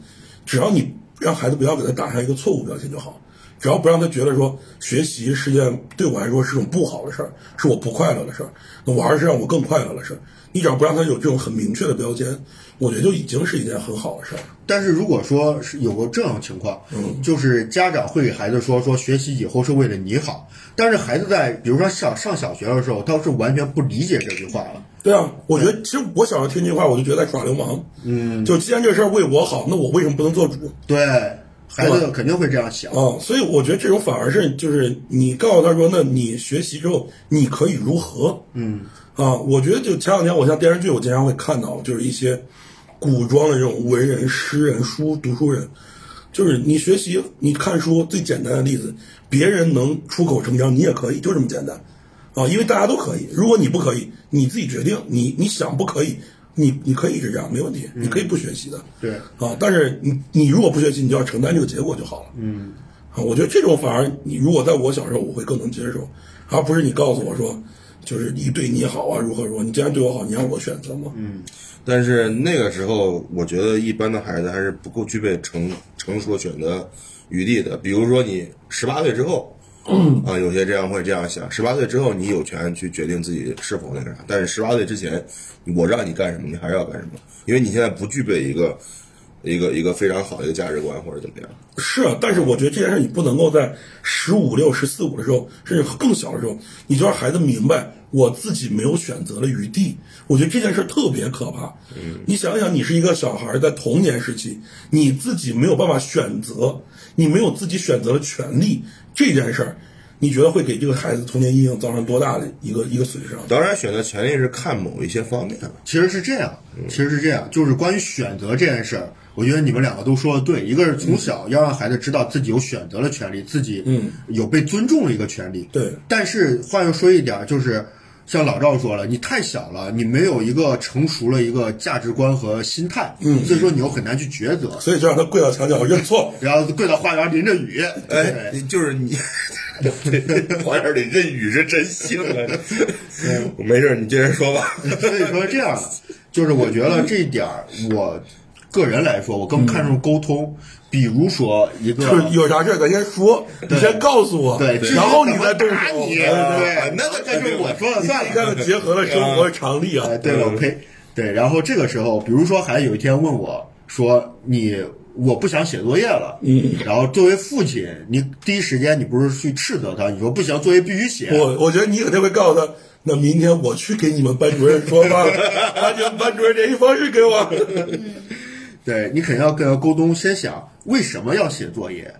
S2: 只要你让孩子不要给他打上一个错误标签就好，只要不让他觉得说学习是件对我来说是种不好的事儿，是我不快乐的事儿，那玩儿是让我更快乐的事儿。你只要不让他有这种很明确的标签，我觉得就已经是一件很好的事儿了。
S4: 但是如果说是有个这种情况，就是家长会给孩子说说学习以后是为了你好，但是孩子在比如说上上小学的时候，他是完全不理解这句话了。
S2: 对啊，我觉得其实我小时候听这话，我就觉得在耍流氓。嗯，就既然这事儿为我好，那我为什么不能做主
S4: 对，孩
S2: 对
S4: 子肯定会这样想。
S2: 啊？所以我觉得这种反而是就是你告诉他说，那你学习之后你可以如何？嗯，啊，我觉得就前两天我像电视剧，我经常会看到，就是一些古装的这种文人、诗人、书读书人，就是你学习，你看书最简单的例子，别人能出口成章，你也可以，就这么简单啊！因为大家都可以，如果你不可以，你自己决定，你你想不可以，你你可以是这样，没问题，你可以不学习的，
S4: 对
S2: 啊，但是你你如果不学习，你就要承担这个结果就好了，嗯，啊，我觉得这种反而你如果在我小时候，我会更能接受，而不是你告诉我说。就是你对你好啊，如何如何？你既然对我好，你让我选择嘛。嗯，
S3: 但是那个时候，我觉得一般的孩子还是不够具备成成熟的选择余地的。比如说你十八岁之后，啊，有些这样会这样想：十八岁之后，你有权去决定自己是否那个啥。但是十八岁之前，我让你干什么，你还是要干什么，因为你现在不具备一个一个一个非常好的一个价值观或者怎么样。
S2: 是啊，但是我觉得这件事你不能够在十五六、十四五的时候，甚至更小的时候，你就让孩子明白我自己没有选择的余地。我觉得这件事特别可怕。嗯，你想一想，你是一个小孩，在童年时期，你自己没有办法选择，你没有自己选择的权利，这件事儿，你觉得会给这个孩子童年阴影造成多大的一个一个损伤？
S3: 当然，选择权利是看某一些方面的。
S4: 其实是这样，其实是这样，就是关于选择这件事儿，我觉得你们两个都说的对。一个是从小要让孩子知道自己有选择的权利，自己有被尊重的一个权利。
S2: 对
S4: 但是话又说一点儿，就是像老赵说了，你太小了，你没有一个成熟的一个价值观和心态，嗯，所以说你又很难去抉择。
S2: 所以就让他跪到墙角认错。
S4: 然后跪到花园淋着雨，
S3: 哎，你就是你，花园里任雨是真性啊！ 没事儿，你接着说吧。
S4: 所以说这样，就是我觉得这一点儿，我个人来说，我更看重沟通。比如说一个
S2: 就是有啥事儿咱先说，你先告诉我，
S4: 对，至于
S2: 然后你
S4: 怎么
S2: 再动手
S4: 打。你，
S2: 哎
S4: 对，
S3: 那个
S4: 那就是我说了算
S2: 你
S4: 了。
S2: 看，结合了生活的常理啊
S4: 哎，，对了，我呸，对。然后这个时候，比如说孩子有一天问我说：“你我不想写作业了。”嗯，然后作为父亲，你第一时间你不是去斥责他，你说不行，作业必须写。
S2: 我我觉得你肯定会告诉他，那明天我去给你们班主任说吧，把你们班主任联系方式给我。
S4: 对你肯定要跟他沟通，先想为什么要写作业，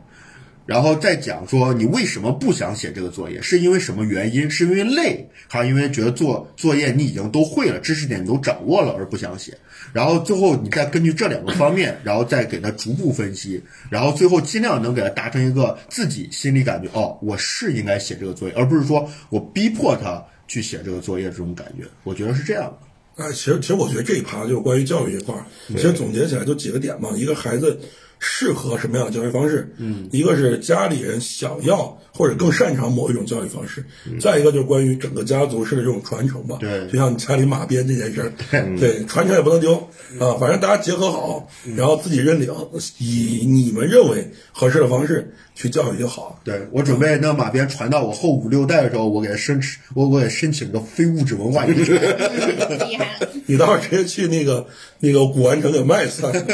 S4: 然后再讲说你为什么不想写这个作业，是因为什么原因？是因为累，还是因为觉得做作业你已经都会了，知识点你都掌握了而不想写？然后最后你再根据这两个方面，然后再给他逐步分析，然后最后尽量能给他达成一个自己心里感觉哦，我是应该写这个作业，而不是说我逼迫他去写这个作业这种感觉。我觉得是这样的。
S2: 哎，其实其实我觉得这一趴就是关于教育这块儿，其实总结起来就几个点嘛，一个孩子适合什么样的教育方式。嗯，一个是家里人想要或者更擅长某一种教育方式，再一个就是关于整个家族式的这种传承吧。
S4: 对
S2: 就像你家里马鞭这件事儿，对，嗯传承也不能丢啊，反正大家结合好，然后自己认领，以你们认为合适的方式去教育就好了。
S4: 对我准备那马鞭传到我后五六代的时候，我给申请，我我给申请个非物质文化遗产。
S5: 嗯厉害了，
S2: 你到时候直接去那个那个古玩城给卖算了。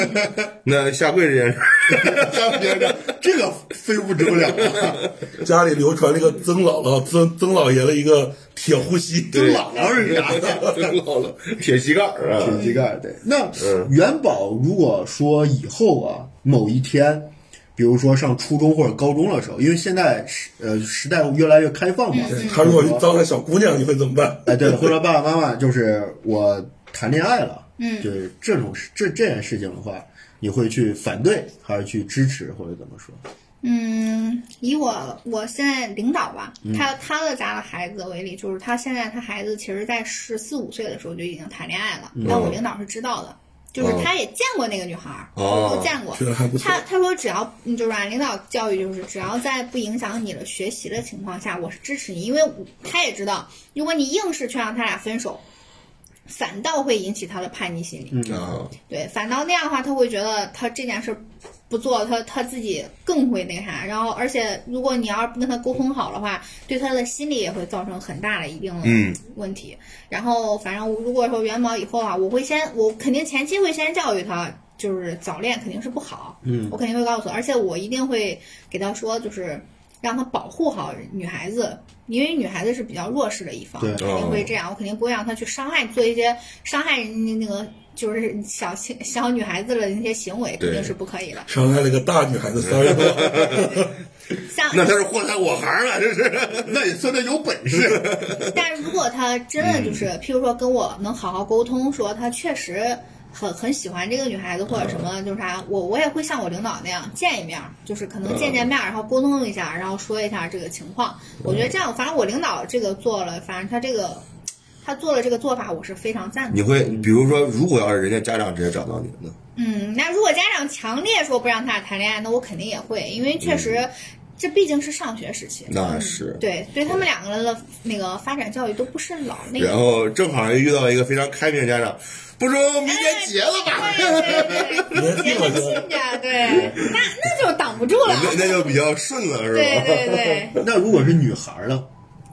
S3: 那下跪这 件事儿，
S4: 当别人这个非物质不了啊，
S2: 家里流传了一个曾姥姥、曾曾老爷的一个铁护膝，
S4: 跟姥姥是啥呀？
S3: 真老了，铁膝盖儿啊，
S4: 挺膝盖对。那元宝如果说以后啊，某一天，比如说上初中或者高中的时候，因为现在时呃时代越来越开放嘛，
S2: 他如果去糟蹋小姑娘，你会怎么办？
S4: 哎，对，或者爸爸妈妈就是我谈恋爱了，
S5: 嗯
S4: 就是这种事这这件事情的话，你会去反对还是去支持或者怎么说？
S5: 嗯，以我我现在领导吧，
S2: 嗯
S5: 他他的家的孩子为例，就是他现在他孩子其实在十四五岁的时候就已经谈恋爱了，
S2: 嗯
S5: 但
S2: 哦
S5: 我领导是知道的，就是他也见过那个女孩儿，
S3: 哦
S5: 都见过
S2: 觉得还不，错
S5: 他他说只要嗯就是啊领导教育就是只要在不影响你的学习的情况下，我是支持你，因为我他也知道，如果你硬是去让他俩分手，反倒会引起他的叛逆心理，
S4: 嗯
S3: 啊，
S5: 对，反倒那样的话，他会觉得他这件事不做，他他自己更会那个啥。然后，而且如果你要是不跟他沟通好的话，对他的心理也会造成很大的一定的
S3: 嗯
S5: 问题。然后，反正如果说元宝以后啊，我会先，我肯定前期会先教育他，就是早恋肯定是不好，嗯，我肯定会告诉他，而且我一定会给他说，就是让他保护好女孩子，因为女孩子是比较弱势的一方，
S4: 对
S5: 肯定会这样，我肯定不会让她去伤害，做一些伤害人家那个就是小青小女孩子的那些行为，肯定是不可以的。
S2: 伤害了一个大女孩子三 十多，
S5: 像
S3: 那他是祸害我行了，这是，
S4: 那也算他有本事。
S5: 但是如果他真的就是，
S3: 嗯
S5: 譬如说跟我能好好沟通，说他确实很很喜欢这个女孩子或者什
S3: 嗯
S5: 么，就是啥，我我也会像我领导那样见一面儿，就是可能
S3: 嗯
S5: 见见面儿，然后沟通一下，然后说一下这个情况。我觉得这样，反正我领导这个做了，反正他这个他做了这个做法，我是非常 赞
S3: 你
S5: 同。
S3: 会比如说，如果要是人家家长直接找到你呢，
S5: 嗯，那如果家长强烈说不让他俩谈恋爱，那我肯定也会，因为确实。这毕竟是上学时期，
S3: 嗯
S5: 嗯
S3: 那是。
S5: 对对他们两个人的那个发展教育都不是老那个
S3: 然后正好又遇到一个非常开明的家长，不说明天结了吧，
S5: 哎对对对，年轻着， 对，那那就挡不住了。
S3: 那那就比较顺了，是吧？
S5: 对对对，
S4: 那如果是女孩儿呢？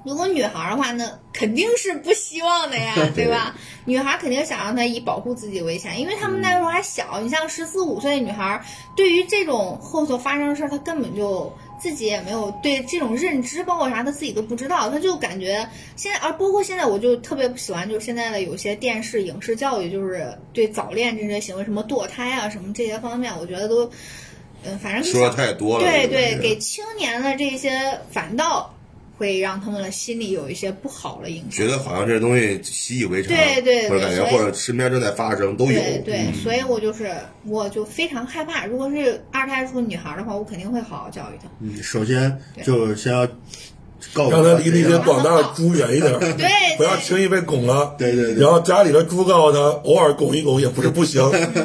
S5: 如果女孩儿的话，那肯定是不希望的呀，对吧？女孩儿肯定想让她以保护自己为先，因为她们那时候还小。你像十四五岁的女孩儿，对于这种后头发生的事儿，她根本就自己也没有对这种认知，包啊括啥，她自己都不知道。她就感觉现在，而包括现在，我就特别不喜欢，就是现在的有些电视影视教育，就是对早恋这些行为，什么堕胎啊，什么这些方面，我觉得都，嗯，反正
S3: 说的
S5: 小
S3: 太多了。这
S5: 对
S3: 个
S5: 对，
S3: 人
S5: 给青年的这些反倒会让他们的心里有一些不好的影响
S3: 觉。得好像这东西习以为常，
S5: 对对对
S3: 或者感觉
S5: 所以
S3: 或者身边正在发生都有。嗯
S5: 对对，所以我就是我就非常害怕，如果是二胎出女孩的话，我肯定会好好教育她。
S4: 嗯，首先就先要告诉
S2: 让他离那
S4: 谁
S2: 些
S4: 了
S2: 广大的猪远一点，
S5: 对
S2: 不要轻易被拱了。
S4: 对对对
S2: 然后家里的猪告诉他，偶尔拱一拱也不是不行，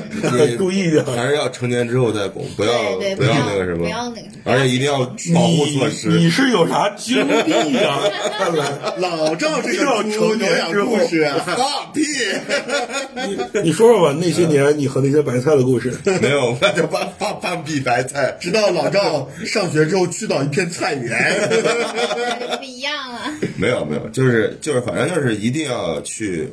S2: 注意一点。
S3: 还是要成年之后再拱，不要
S5: 对对，
S3: 要
S5: 要
S3: 那个什么
S5: 不，要那个，
S3: 而且一定要保护措
S2: 你你
S3: 施。
S2: 是有啥经历 呀？看来
S4: 老赵这
S2: 要
S4: 个
S2: 成
S4: 成
S2: 年
S4: 养
S2: 之后
S4: 故事 啊，
S3: 放屁！
S2: 你说说吧，那些年你和那些白菜的故事。
S3: 没有，那就半半半壁白菜。
S4: 直到老赵上学之后去到一片菜园。
S5: 就不一样啊了。
S3: 没有没有，就是就是，反正就是一定要去，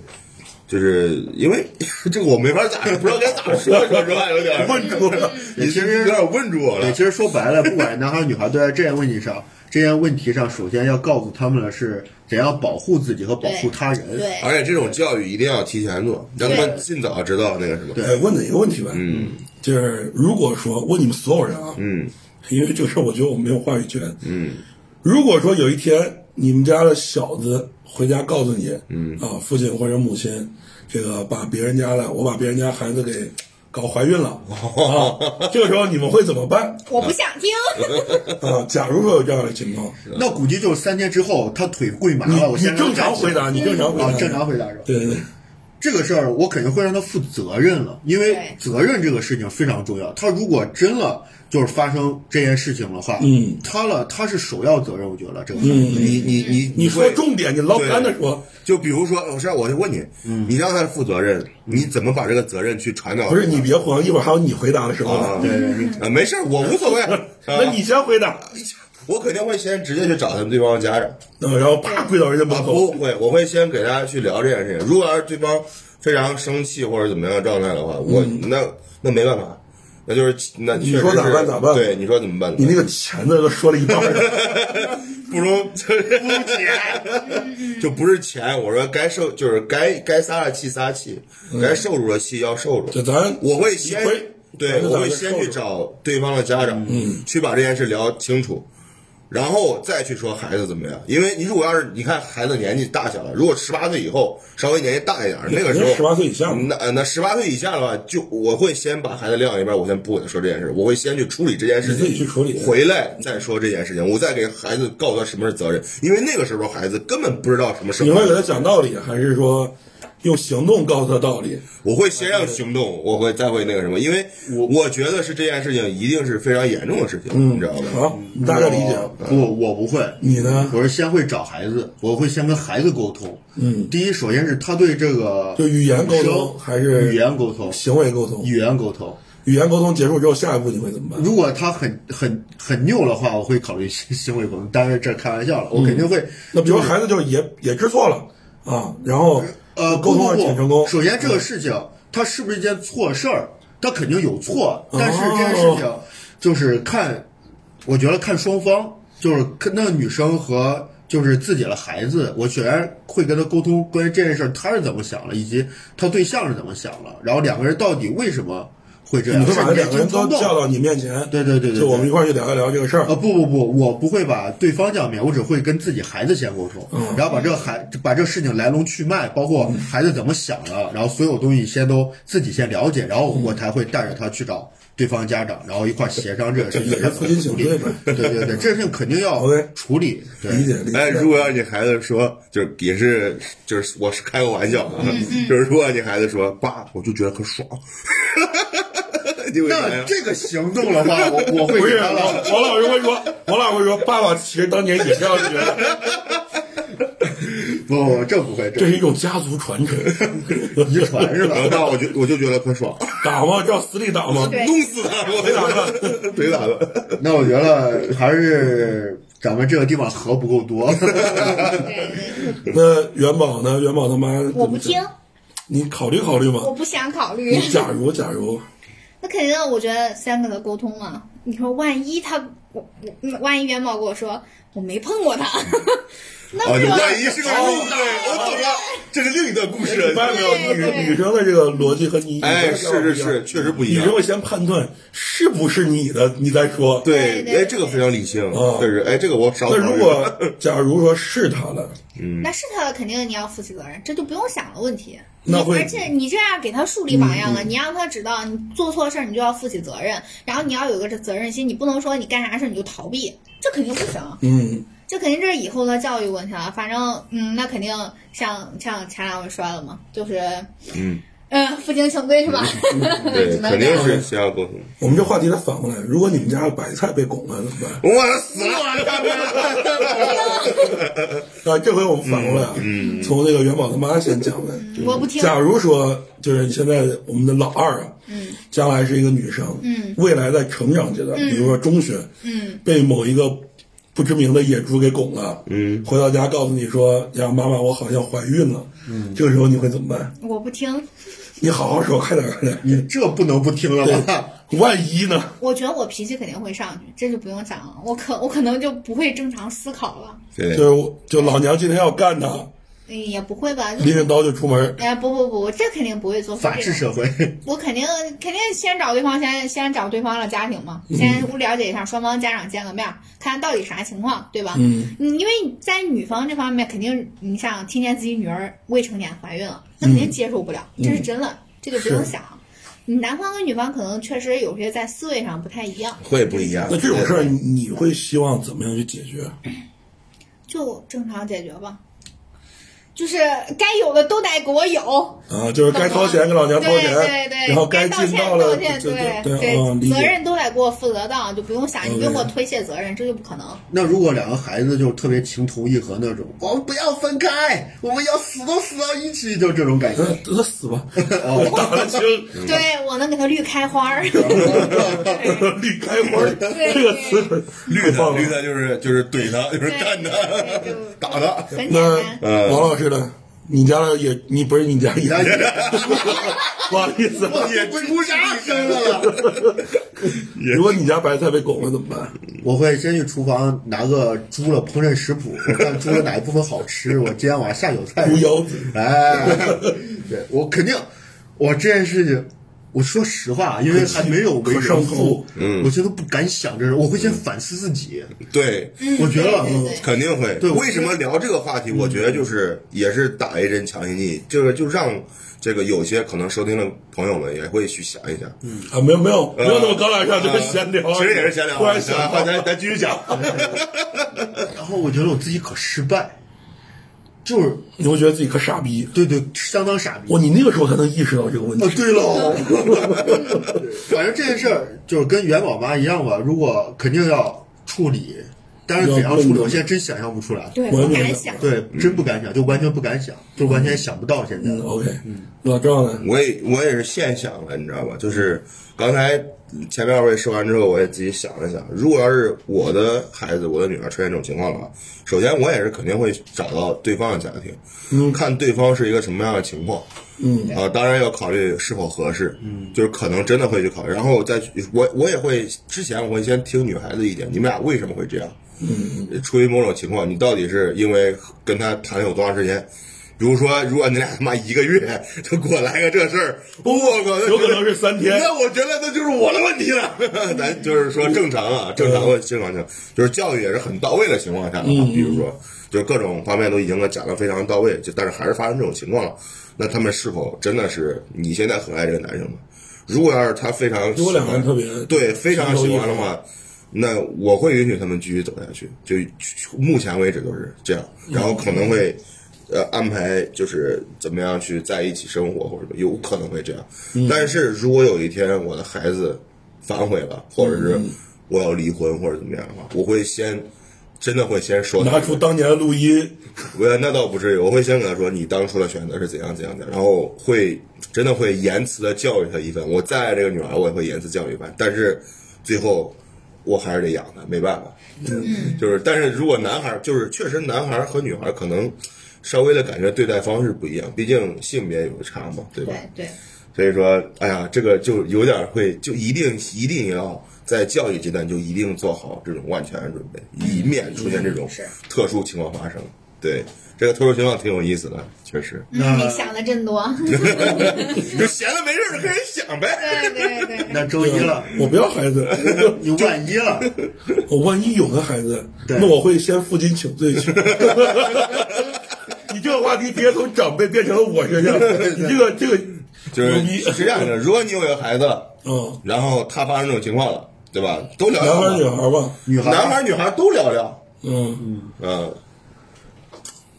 S3: 就是因为 这个我没法咋，不知道该咋说，说实话有点
S2: 问住 了，
S3: 你
S4: 其实
S3: 有点问住我
S4: 对，
S3: 了。
S4: 其实说白了，不管是男孩女孩，都在这些问题上， 这些问题上，首先要告诉他们的是怎样保护自己和保护他人。
S5: 对，
S3: 而且这种教育一定要提前做，让他们尽早知道那个什么。
S2: 哎，问你一个问题吧，嗯，就是如果说问你们所有人啊，
S3: 嗯，
S2: 因为这个事儿我觉得我没有话语权，嗯，如果说有一天你们家的小子回家告诉你，嗯啊，父亲或者母亲，这个把别人家的我把别人家孩子给搞怀孕了，啊，这个时候你们会怎么办
S5: 我不 想听。
S2: 啊？假如说有这样的情况，
S4: 那估计就是三天之后，他腿跪麻
S2: 你
S4: 了。我
S2: 你
S4: 先让
S2: 正
S4: 他站
S2: 常
S4: 起来哦
S2: 回答，你正常回答，
S4: 啊，正常回答是吧？
S2: 对对对，
S4: 这个事儿我肯定会让他负责任了，因为
S5: 对
S4: 责任这个事情非常重要。他如果真了就是发生这件事情的话，
S2: 嗯，
S4: 他了他是首要责任，我觉得这个事情。
S2: 嗯，
S3: 你你你
S2: 你说
S3: 会
S2: 重点，你老干的说，
S3: 就比如说，我是啊我就问你，你让他负责任，你怎么把这个责任去传导？
S2: 嗯不是你别慌，一会儿还有你回答的时候呢。，
S3: 啊
S4: 对对对，
S3: 啊，没事儿，我无所谓。
S2: 那你先回答，
S3: 我肯定会先直接去找他们对方的家长，
S2: 嗯然后啪跪到人家
S3: 啊，
S2: 门
S3: 不
S2: 口，
S3: 会，我会先给大家去聊这件事情。如果要是对方非常生气或者怎么样的状态的话，我那那没办法，那就是那
S2: 嗯你
S3: 确实
S2: 说咋
S3: 是
S2: 办咋办
S3: 对，你说怎么办？
S2: 你那个钳子都说了一半儿，
S3: 不容就不是钱，我说该受就是该该撒的气撒气，该受住的气要受
S2: 嗯
S3: 住。
S2: 就咱
S3: 我会先
S2: 你回咱
S3: 对，
S2: 就
S3: 我
S2: 打
S3: 会
S2: 算
S3: 先
S2: 收
S3: 去
S2: 拾
S3: 找对方的家长，嗯，去把这件事聊清楚，然后再去说孩子怎么样。因为你如果要是你看孩子年纪大小了，如果十八岁以后稍微年纪大一点儿，那个时候
S2: 十八岁以下嘛
S3: 那呃那十八岁以下的话，就我会先把孩子晾一边，我先不跟他说这件事，我会先去处理这件事情，
S2: 你自己去处理
S3: 回来再说这件事情，我再给孩子告诉他什么是责任，因为那个时候孩子根本不知道什么是
S2: 你会给他讲道理，还是说用行动告诉他道理？
S3: 我会先让行动，我会再会那个什么，因为我我觉得是这件事情一定是非常严重的事情，你知道吗？
S2: 好，
S4: 嗯
S2: 嗯大家理解。
S4: 我我不会，
S2: 你呢
S4: 我是先会找孩子，我会先跟孩子沟通。
S2: 嗯
S4: 第一，首先是他对这个
S2: 就语言沟
S4: 女
S2: 通
S4: 生
S2: 还是
S4: 语言沟通？
S2: 行为沟通，
S4: 语言沟通。
S2: 语言沟通结束之后，下一步你会怎么办？
S4: 嗯如果他很很很拗的话，我会考虑行行为沟通，当然这开玩笑了，我肯定会。
S2: 嗯那比如孩子就是也也知错了啊，然后
S4: 呃，
S2: 沟通
S4: 不
S2: 要
S4: 不不
S2: 挺成功。嗯
S4: 首先，这个事情它是不是一件错事儿，它肯定有错，但是这件
S2: 哦
S4: 事情就是看，我觉得看双方，就是看那个女生和就是自己的孩子，我显然会跟她沟通关于这件事儿她是怎么想的，以及她对象是怎么想的，然后两个人到底为什么会这样，
S2: 你会
S4: 是
S2: 把这
S4: 年
S2: 两个
S4: 轻
S2: 人都
S4: 冲动。
S2: 叫到你面前，
S4: 对对对对对
S2: 就我们一块儿去聊一聊这个事儿
S4: 呃，。不不不，我不会把对方叫面，我只会跟自己孩子先沟通，
S2: 嗯
S4: 然后把这个孩把这个事情来龙去脉，包括孩子怎么想的，然后所有东西先都自己先了解，然后
S2: 嗯
S4: 我才会带着他去找对方家长，然后一块儿协商这个事情
S2: 也是
S4: 该怎
S2: 促
S4: 么
S2: 进
S4: 处
S2: 请
S4: 理。
S2: 罪呗，
S4: 对对对，这事情肯定要
S2: OK
S4: 处理。对
S2: 理解理
S3: 哎，
S2: 解。
S3: 如果要你孩子说，就是也是，就是我是开个玩笑啊，就是如果你孩子说爸，我就觉得很爽， 你会啥
S4: 那
S3: 呀？
S4: 这个行动的话，我我会
S2: 不
S4: 给
S2: 是啊
S4: 他
S2: 王王
S4: 了。
S2: 老师会说，王老师会说，爸爸其实当年也这样觉得，
S4: 不不，这不会，
S2: 这
S4: 这
S2: 是一种家族传承，
S4: 遗传是吧？
S3: 爸，我就我就觉得很爽，
S2: 打吗？照死里打吗？
S5: 对
S3: 弄死 他，我
S2: 谁打的？
S3: 腿打的，
S4: 那我觉得还是咱们这个地方河不够 多。
S5: 对对，
S2: 那元宝呢？元宝他妈怎么
S5: 我不听，
S2: 你考虑考虑
S5: 我
S2: 嘛。
S5: 不想考虑
S2: 你。假如假如，
S5: 那肯定，我觉得先跟他沟通嘛。你说万一他，我我万一元宝跟我说我没碰过他， 那
S3: 啊，
S5: 我
S3: 哦你万一是个路对，我懂了，这是另一段故事，
S2: 你发现没有？
S5: 对对
S2: 女女生的这个逻辑和你
S3: 哎，
S2: 你的
S3: 是
S2: 想法不
S3: 是
S2: 一样
S3: 是，确实不一
S2: 女
S3: 样
S2: 生。会先判断是不是你的，你再说。
S3: 对
S5: 对，对
S3: 哎，这个非常理性，
S2: 啊
S3: 确实，哎，这个我少考
S2: 那
S3: 虑了。
S2: 如果假如说是他了，
S5: 那是他的，肯定你要负起责任，这就不用想了问题。
S2: 那会嗯
S5: 而且你这样给他树立榜样了，你让他知道你做错事儿你就要负起责任，然后你要有个这责任心，你不能说你干啥事儿你就逃避，这肯定不行。
S2: 嗯，
S5: 这肯定这是以后的教育问题了。反正嗯，那肯定像像前两回说了嘛，就是
S3: 嗯
S5: 嗯，负荆请罪是吧？
S3: 对
S5: 只，能
S3: 肯
S5: 这
S3: 定
S5: 样。
S3: 是先要沟通。
S2: 我们这话题再反过来，如果你们家的白菜被拱了怎么办？
S3: 我死了！
S2: 啊，这回我们反过来啊，嗯，从那个元宝他妈先讲的。
S3: 嗯
S5: 我不听。
S2: 假如说，就是你现在我们的老二啊，嗯，将来是一个女生，
S5: 嗯，
S2: 未来在成长阶段，比如说中学，
S5: 嗯，
S2: 被某一个不知名的野猪给拱了，嗯，回到家告诉你说，呀，妈妈，我好像怀孕了，嗯，这个时候你会怎么办？
S5: 我不听，
S2: 你好好说，快点，快点，
S4: 你这不能不听了吧？
S2: 万一呢？
S5: 我觉得我脾气肯定会上去，这就不用想了。我可我可能就不会正常思考了，
S3: 对，
S2: 就是就老娘今天要干他，
S5: 嗯也不会吧？就
S2: 拎着刀就出门，
S5: 哎，不不不，我这肯定不会做出
S4: 法
S5: 这
S4: 治
S5: 种
S4: 社会，
S5: 我肯定肯定先找对方，先先找对方的家庭
S2: 嗯
S5: 嘛，先了解一下双方家长见个面儿，看看到底啥情况，对吧？
S2: 嗯，
S5: 因为在女方这方面，肯定你想听见自己女儿未成年怀孕了，那肯定接受不了，这是真的，这就不用
S2: 嗯是
S5: 想。你男方跟女方可能确实有些在思维上不太一样，
S3: 会不一样。
S2: 那这种事儿你会希望怎么样去解决？
S5: 就正常解决吧。就是该有的都得给我有，
S2: 啊，就是该掏钱给老娘掏
S5: 对
S2: 钱，
S5: 对对，
S2: 然后该
S5: 道
S2: 尽
S5: 歉
S2: 到
S5: 道
S2: 了
S5: 歉，
S2: 就就
S5: 对
S2: 对啊，理
S5: 责
S2: 解。
S5: 任都得给我负责到，就不用想你
S2: OK
S5: 给我推卸责任，这就不可能。
S4: 那如果两个孩子就特别情投意合那种，我们不要分开，我们要死都死到一起，就这种感觉。
S5: 嗯
S4: 哦
S2: 呃得死 吧！我打了枪，
S5: 对我能给他绿开花儿，
S2: 绿呃开花儿
S5: 对
S2: 这个词绿
S3: 绿的
S2: 棒
S3: 绿的就是就是怼他，就是干他
S5: 对对对，
S3: 打他。
S5: 很简
S2: 那呃
S5: 单。
S2: 王老师呢？你家也你不是你家也， 不好意思啊，
S4: 也出啥声了？
S2: 如果你家白菜被拱了怎么办？
S4: 我会先去厨房拿个猪了烹饪食谱，我看猪了哪一部分好吃，我今天晚上下酒菜。
S2: 猪腰子
S4: 哎，对我肯定，我这件事情，我说实话，因为还没有为
S2: 可上
S4: 人
S2: 头
S4: 父，
S5: 嗯
S4: 我觉得不敢想这事，我会先反思自己。
S3: 对，
S4: 我觉
S2: 啊
S4: 得啊
S5: 嗯对对对
S3: 肯定会。
S4: 对我
S3: 为什么聊这个话题？我觉得就是也是打一针强心剂，就是就让这个有些可能收听的朋友们也会去想一想。嗯，
S2: 啊，没有没有没有那么高大上，就是 闲聊，
S3: 呃
S2: 啊
S3: 其实也是闲聊。
S2: 突然想
S3: 啊
S2: 到，
S3: 咱咱继续讲。
S4: 然后我觉得我自己可失败，就是
S2: 你会觉得自己可傻逼。
S4: 对对，相当傻逼。
S2: 哇，你那个时候才能意识到这个问
S4: 哦
S2: 题，，
S4: 对喽，反正这件事儿就是跟元宝妈一样吧，如果肯定要处理，但是怎样处理，我现在真想象不出来。
S5: 对，
S2: 嗯我也
S5: 不
S2: 觉
S5: 敢
S2: 得
S5: 想。
S4: 对，真不敢想，就完全不敢想，就完全想不到现在。
S2: 嗯，OK，老赵呢？
S3: 我也我也是现想了，你知道吧？就是刚才前面二位说完之后，我也自己想了想，如果要是我的孩子、我的女儿出现这种情况的话，首先我也是肯定会找到对方的家庭，嗯，看对方是一个什么样的情况，嗯，啊，当然要考虑是否合适，嗯，就是可能真的会去考虑，然后再去我我也会之前我会先听女孩子意见，你们俩为什么会这样？嗯，出于某种情况，你到底是因为跟他谈了有多长时间？比如说，如果你俩他妈一个月就给我来个这事儿，我靠，
S2: 有可能是三天
S3: 那我觉得那就是我的问题了。 咱就是说正常
S2: 嗯
S3: 啊，正常的正常情况就是教育也是很到位的情况下啊，
S2: 嗯
S3: 比如说，就是各种方面都已经讲的非常到位，就但是还是发生这种情况了，那他们是否真的是你现在很爱这个男生吗？如果要是他非常
S2: 如果两个人
S3: 喜欢
S2: 特别
S3: 对非常喜
S2: 情
S3: 欢
S2: 投
S3: 的
S2: 意
S3: 话，那我会允许他们继续走下去，就目前为止都是这样，然后可能会。呃，安排就是怎么样去在一起生活，或者有可能会这样。但是如果有一天我的孩子反悔了，或者是我要离婚或者怎么样的话，我会先真的会先说他
S2: 拿出当年的录音，
S3: 我那倒不至于，我会先跟他说你当初的选择是怎样怎样的，然后会真的会言辞的教育他一番。我再爱这个女孩，我也会言辞教育一番，但是最后我还是得养她，没办法。嗯， 就是但是如果男孩，就是确实男孩和女孩可能稍微的感觉对待方式不一样，毕竟性别有差嘛，对吧？
S5: 对对，
S3: 所以说，哎呀，这个就有点会，就一定一定要在教育阶段就一定做好这种万全的准备，以免出现这种
S5: 嗯是
S3: 特殊情况发生。对，这个特殊情况挺有意思的，确 实，
S5: 嗯你想的真多。
S3: 就闲的没事儿就跟人想呗。
S5: 对对对，
S4: 那周一了，
S2: 我不要孩子，
S4: 你万一了，
S2: 我万一有个孩子，
S4: 对
S2: 那我会先负荆请罪去。 你这个话题直接从长辈变成了我身上， 你这个这个
S3: 就是
S2: 牛逼
S3: 是这样的，如果你有一个孩子了，
S2: 嗯，
S3: 然后他发生这种情况了，对吧？
S5: 嗯
S3: 都聊
S2: 男
S3: 聊
S2: 孩儿女孩
S3: 吧，
S2: 儿吧，
S4: 女孩，
S3: 男孩儿女孩儿都聊聊，
S2: 嗯，
S3: 嗯。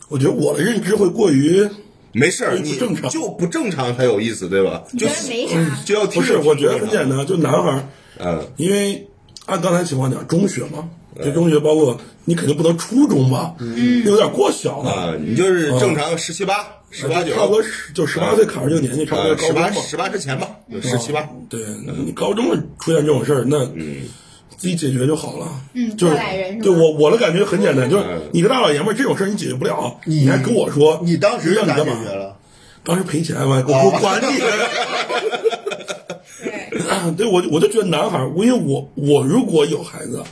S2: 我觉得我的认知会过于
S3: 没事
S2: 不
S3: 儿，你
S2: 正常
S3: 就不正常才有意思，对吧？就
S5: 觉得没啥
S3: 就要
S2: 不
S3: 听
S2: 是，我觉得很简
S3: 单，
S2: 单，就男孩儿，
S3: 嗯，
S2: 因为按刚才情况讲，中学嘛，这中学包括你肯定不能初中吧，嗯，有点过小了，
S3: 啊，你就是正常十七八、十八九，
S2: 差不多十嗯啊就十八岁卡上这个年纪，差不多
S3: 呃，
S2: 高
S3: 十
S2: 中
S3: 八
S2: 嘛，嗯
S3: 十八之前吧，十七八。
S2: 对你高中出现这种事儿，那
S4: 嗯
S2: 自己解决就好了。
S5: 嗯
S2: 就是
S5: 过来人是吧
S2: 对我我的感觉很简单，就是
S3: 嗯
S2: 你个大老爷们儿，这种事儿你解决不了，
S4: 你
S2: 你还跟我说，
S4: 你当时
S2: 让
S4: 就
S2: 你
S4: 咋
S2: 干
S4: 解
S2: 嘛？
S4: 决了？哦
S2: 当时赔钱嘛，我不管你。
S5: 对，
S2: 对我我就觉得男孩儿，我因为我我如果有孩子，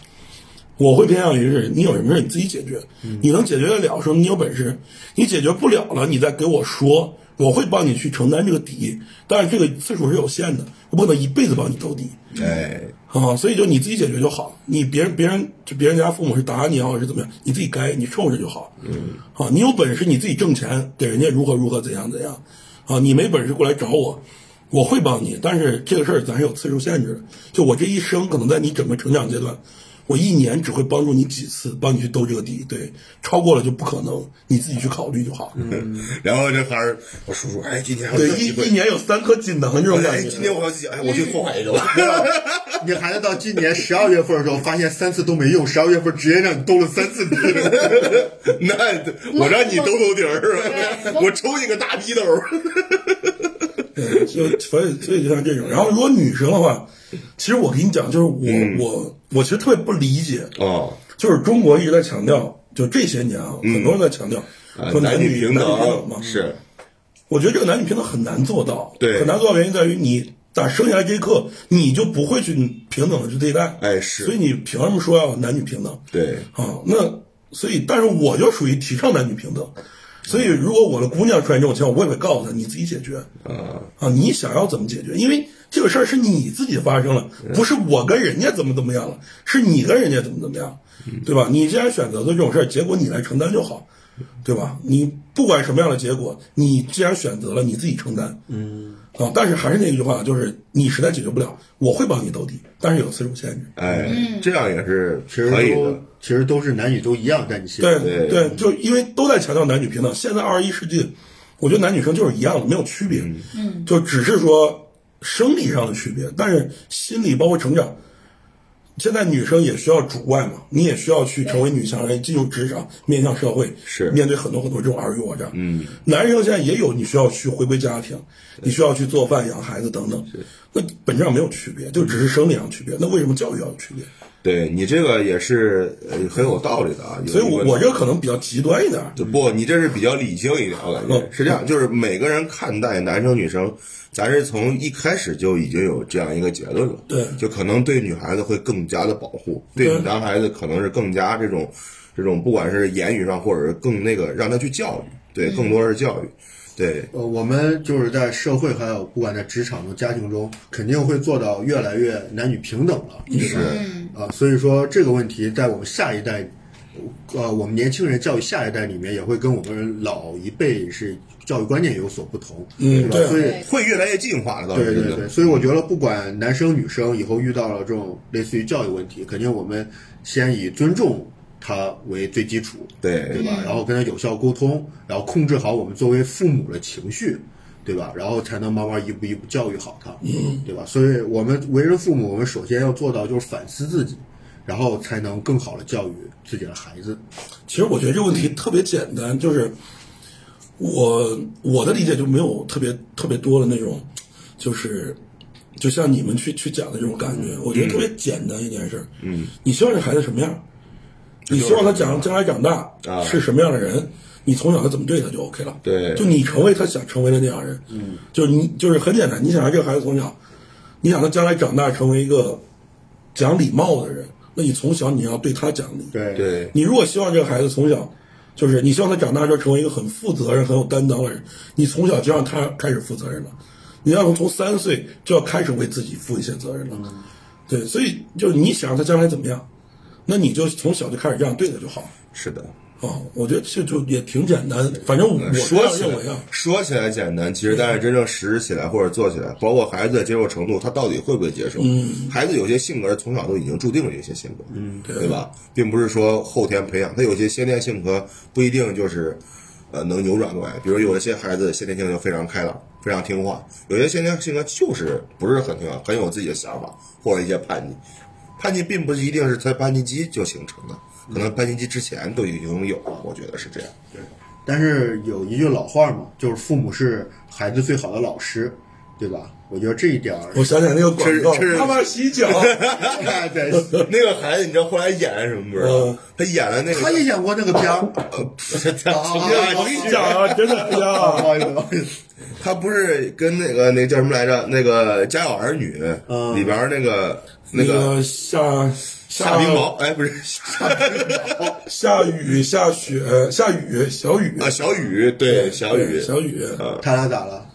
S2: 我会偏向于是你有什么事儿你自己解决，
S4: 嗯
S2: 你能解决得了，说明你有本事；你解决不了了，你再给我说，我会帮你去承担这个底，但是这个次数是有限的，我不可能一辈子帮你兜底。
S3: 哎，
S2: 啊，所以就你自己解决就好，你别人别人就别人家父母是打你也好是怎么样，你自己该你受着就好。嗯，啊，你有本事你自己挣钱，给人家如何如何怎样怎样，啊，你没本事过来找我，我会帮你，但是这个事儿咱是有次数限制的，就我这一生可能在你整个成长阶段，我一年只会帮助你几次，帮你去兜这个底，对，超过了就不可能，你自己去考虑就好。
S3: 然后这孩儿，我叔叔，哎，今天还
S2: 嗯
S3: 有
S2: 对，
S3: 嗯机
S2: 一
S3: 会
S2: 一，年有三颗锦囊这种
S3: 哎，
S2: 感
S3: 今天
S2: 觉。
S3: 我要自己，哎，我去破坏一个吧。
S2: 嗯
S4: 你孩子到今年十二月份的时候，发现三次都没用，十二月份直接让你兜了三 次底。
S3: 那我让你兜兜底儿，
S5: 我
S3: 我抽你个大逼兜。
S2: 对，就所以所以就像这种。然后如果女生的话，其实我跟你讲，就是我、
S3: 嗯
S2: 我我其实特别不理解，
S3: 哦，
S2: 就是中国一直在强调，就这些年啊，很多人在强调、
S3: 嗯啊
S2: 说
S3: 男
S2: 女
S3: 平
S2: 男女平等嘛
S3: 等。是，
S2: 我觉得这个男女平等很难做到，
S3: 对
S2: 很难做到原因在于你打生下来这一刻，你就不会去平等的去对待，
S3: 哎是
S2: 所以你凭什么说要男女平等？
S3: 对，
S2: 啊，那所以，但是我就属于提倡男女平等，所以如果我的姑娘出现这种情况，我也会告诉她，你自己解决
S3: 啊
S2: 啊，你想要怎么解决？因为这个事儿是你自己发生了，不是我跟人家怎么怎么样了，是你跟人家怎么怎么样，对吧？你既然选择做这种事儿，结果你来承担就好，对吧？你不管什么样的结果，你既然选择了，你自己承担。嗯。啊，但是还是那句话，就是你实在解决不了，我会帮你兜底，但是有次数限制。
S3: 哎，
S2: 嗯
S3: 这样也是
S4: 其实
S3: 可以
S4: 都
S3: 的。
S4: 其实都是男女都一样，在你心里。
S2: 对对，就因为都在强调男女平等。现在二十一世纪，我觉得男女生就是一样的，没有区别，嗯，就只是说生理上的区别，但是心理包括成长。现在女生也需要主外嘛，你也需要去成为女强人，进入职场，面向社会，
S3: 是
S2: 面对很多很多这种尔虞我诈。嗯，男生现在也有，你需要去回归家庭，你需要去做饭、养孩子等等。那本质上没有区别，就只是生理上区别。那为什么教育要有区别？
S3: 对你这个也是呃很有道理的啊。有
S2: 所以
S3: 一
S2: 我
S3: 个
S2: 我这个可能比较极端一点儿，
S3: 对不，你这是比较理性一点，我感觉
S2: 嗯
S3: 是这样，就是每个人看待男生女生，咱是从一开始就已经有这样一个结论了。
S2: 对
S3: 就可能对女孩子会更加的保护，
S2: 对
S3: 对男孩子可能是更加这种这种，不管是言语上或者是更那个，让他去教育，对，更多是教育，对，
S4: 呃，我们就是在社会还有不管在职场中、家庭中，肯定会做到越来越男女平等了，对吧？啊，所以说这个问题在我们下一代，呃，我们年轻人教育下一代里面，也会跟我们老一辈是教育观念有所不同，
S2: 嗯
S4: 对吧？
S2: 对
S4: 所以
S5: 对
S3: 会越来越进化的，倒
S4: 对
S3: 是
S4: 对
S3: 真
S4: 对，
S3: 的。
S4: 所以我觉得不管男生女生，以后遇到了这种类似于教育问题，肯定我们先以尊重他为最基础，对
S3: 对，
S4: 吧？然后跟他有效沟通，然后控制好我们作为父母的情绪，对吧？然后才能慢慢一步一步教育好他，
S2: 嗯
S4: 对吧？所以我们为人父母，我们首先要做到就是反思自己，然后才能更好的教育自己的孩子。
S2: 其实我觉得这个问题特别简单，就是我我的理解就没有特别特别多的那种，就是就像你们去去讲的这种感觉，我觉得特别简单一件事。嗯，你希望这孩子什么样？你希望他长将来长大
S3: 啊
S2: 是什么样的人？你从小他怎么对他就 OK 了。
S3: 对
S2: 就你成为他想成为的那样人。嗯，就是你就是很简单，你想让这个孩子从小，你想他将来长大成为一个讲礼貌的人，那你从小你要对他讲理。
S4: 对
S3: 对，
S2: 你如果希望这个孩子从小，就是你希望他长大之后成为一个很负责任、很有担当的人，你从小就让他开始负责任了。你要从三岁就要开始为自己负一些责任了。对，所以就是你想让他将来怎么样，那你就从小就开始这样对他就好。
S3: 是的。
S2: 啊，我觉得这就也挺简单，反正我这
S3: 嗯说
S2: 样
S3: 起来
S2: 认为啊，
S3: 说起来简单，其实但是真正实施起来或者做起来，包括孩子的接受程度，他到底会不会接受？
S2: 嗯
S3: 孩子有些性格从小都已经注定了有些性格，对吧？并不是说后天培养，他有些先天性格不一定就是呃能扭转过来。比如有一些孩子先天性格非常开朗，非常听话；有些先天性格就是不是很听话，很有自己的想法或者一些叛逆。叛逆并不是一定是在叛逆期就形成的，可能叛逆期之前都已经有了，我觉得是这样。
S4: 但是有一句老话嘛，就是父母是孩子最好的老师，对吧？我觉得这一点儿
S2: 我想起来那个广告
S3: 这是，
S2: 妈妈洗 脚，
S4: 哎，对，
S3: 那个孩子，你知道后来演的什么不知道
S2: 嗯？
S3: 他演的那个，
S4: 他也演过那个 片
S2: 啊
S4: 儿。
S2: 我跟你讲啊，真的，哎
S4: 啊
S2: 呀，
S4: 不好意思，不好意思。
S3: 他不是跟那个那个叫什么来着？那个《家有儿女》
S4: 嗯
S3: 里边儿那个 那
S2: 那
S3: 个
S2: 个下
S3: 夏冰雹，哎，不是夏
S2: 下雨、下雪、下雨、小雨
S3: 啊啊，小雨，对小雨，
S2: 小雨，
S4: 他俩咋了？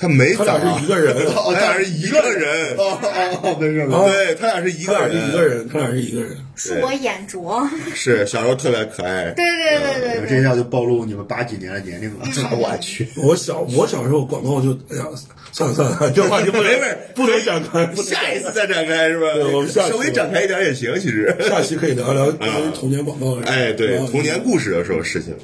S3: 他没
S2: 他
S3: 咋，
S2: 俩是一个人，
S4: 哦，
S3: 他俩是一个人，
S4: 哦哦哦，没事没事。
S3: 对他俩是一
S2: 他俩
S3: 个人，
S2: 是一个人，他俩是一个人。
S5: 恕我眼拙。
S3: 是小时候特别可爱，
S5: 对对对
S4: 你
S5: 对
S4: 们
S5: 对
S4: 这下就暴露你们八几年的年龄了。
S3: 我去，
S2: 我小我小时候管过，我就哎呀，算了算了，这话题不能
S3: 没事
S2: 不能展开，不能
S3: 下一次再展开是吧？
S2: 对我们下次
S3: 稍微展开一点也行，其 实。
S2: 下期可以聊聊关于童年广告的事。
S3: 啊哎，对
S2: 啊，
S3: 童年故事的时候事情，